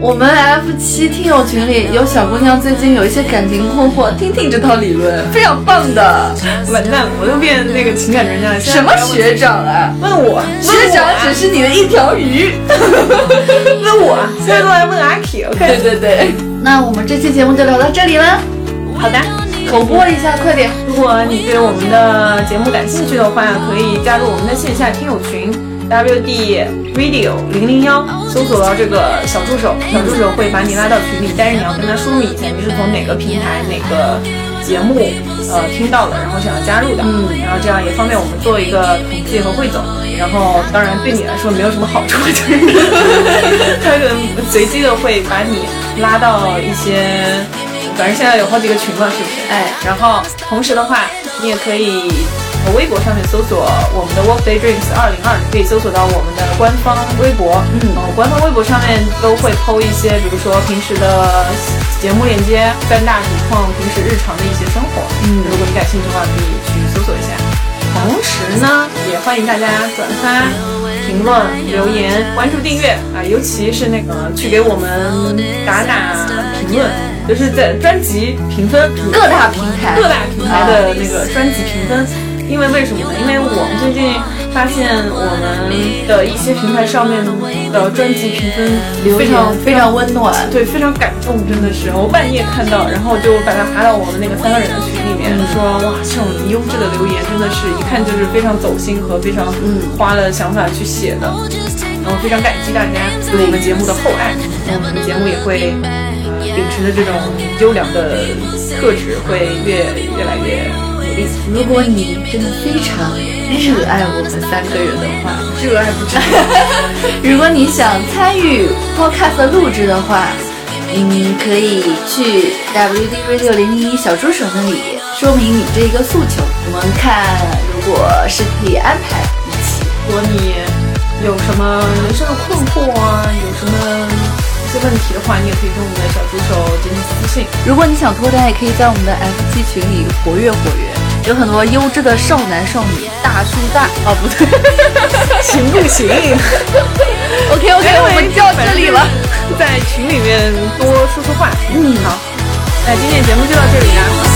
我们 F 七听友群里有小姑娘最近有一些感情困惑，听听这套理论，非常棒的。
完蛋，我都变那个情感专家了。
什
什
么学长啊？
问我？
学长只是你的一条鱼。
问我啊，现在都来问阿 K。OK，
对对 对，那我们这期节目就聊到这里了，
好的。
口播一下，快点。
如果你对我们的节目感兴趣的话，可以加入我们的线下听友群 WD Radio 零零幺，搜索到这个小助手，小助手会把你拉到群里，但是你要跟他说明一下你是从哪个平台、哪个节目呃听到的，然后想要加入的，嗯，然后这样也方便我们做一个统计和汇总。然后，当然对你来说没有什么好处，就是 他可能随机的会把你拉到一些，反正现在有好几个群嘛，是不是？
哎，
然后同时的话，你也可以呃微博上面搜索我们的 Workday Dreams 二零二，可以搜索到我们的官方微博。嗯，官方微博上面都会抛一些，比如说平时的节目链接，三大主创平时日常的一些生活。嗯，如果你感兴趣的话，可以去搜索一下。同时呢，也欢迎大家转发、评论、留言、关注、订阅啊、尤其是那个去给我们打打评论，就是在专辑评分
各大平台
各大平台的那个专辑评分。因为为什么呢？因为我们最近发现我们的一些平台上面的专辑评分非常
非常温暖。
对，非常感动，真的是我半夜看到，然后就把它发到我们那个三个人的群里面，说哇，这种优质的留言真的是一看就是非常走心和非常花了想法去写的，然后非常感激大家对我们节目的厚爱，然后我们节目也会呃秉持着这种优良的特质，会越越来越努力。
如果你真的非常热爱我们三个人的话，
热爱不止，
如果你想参与 Podcast 的录制的话，嗯，可以去 WD Radio 零零一小助手那里说明你这一个诉求，我们看如果是可以安排一期。
如果你有什么人生的困惑啊，有什么一些问题的话，你也可以跟我们的小助手进行私信。
如果你想脱单，也可以在我们的 F 七群里活跃活跃，有很多优质的少男少女、大叔大哦，不对
行不行？
，OK OK，我们就到这里 了。，
在群里面多说说话。嗯，好，那今天节目就到这里啦。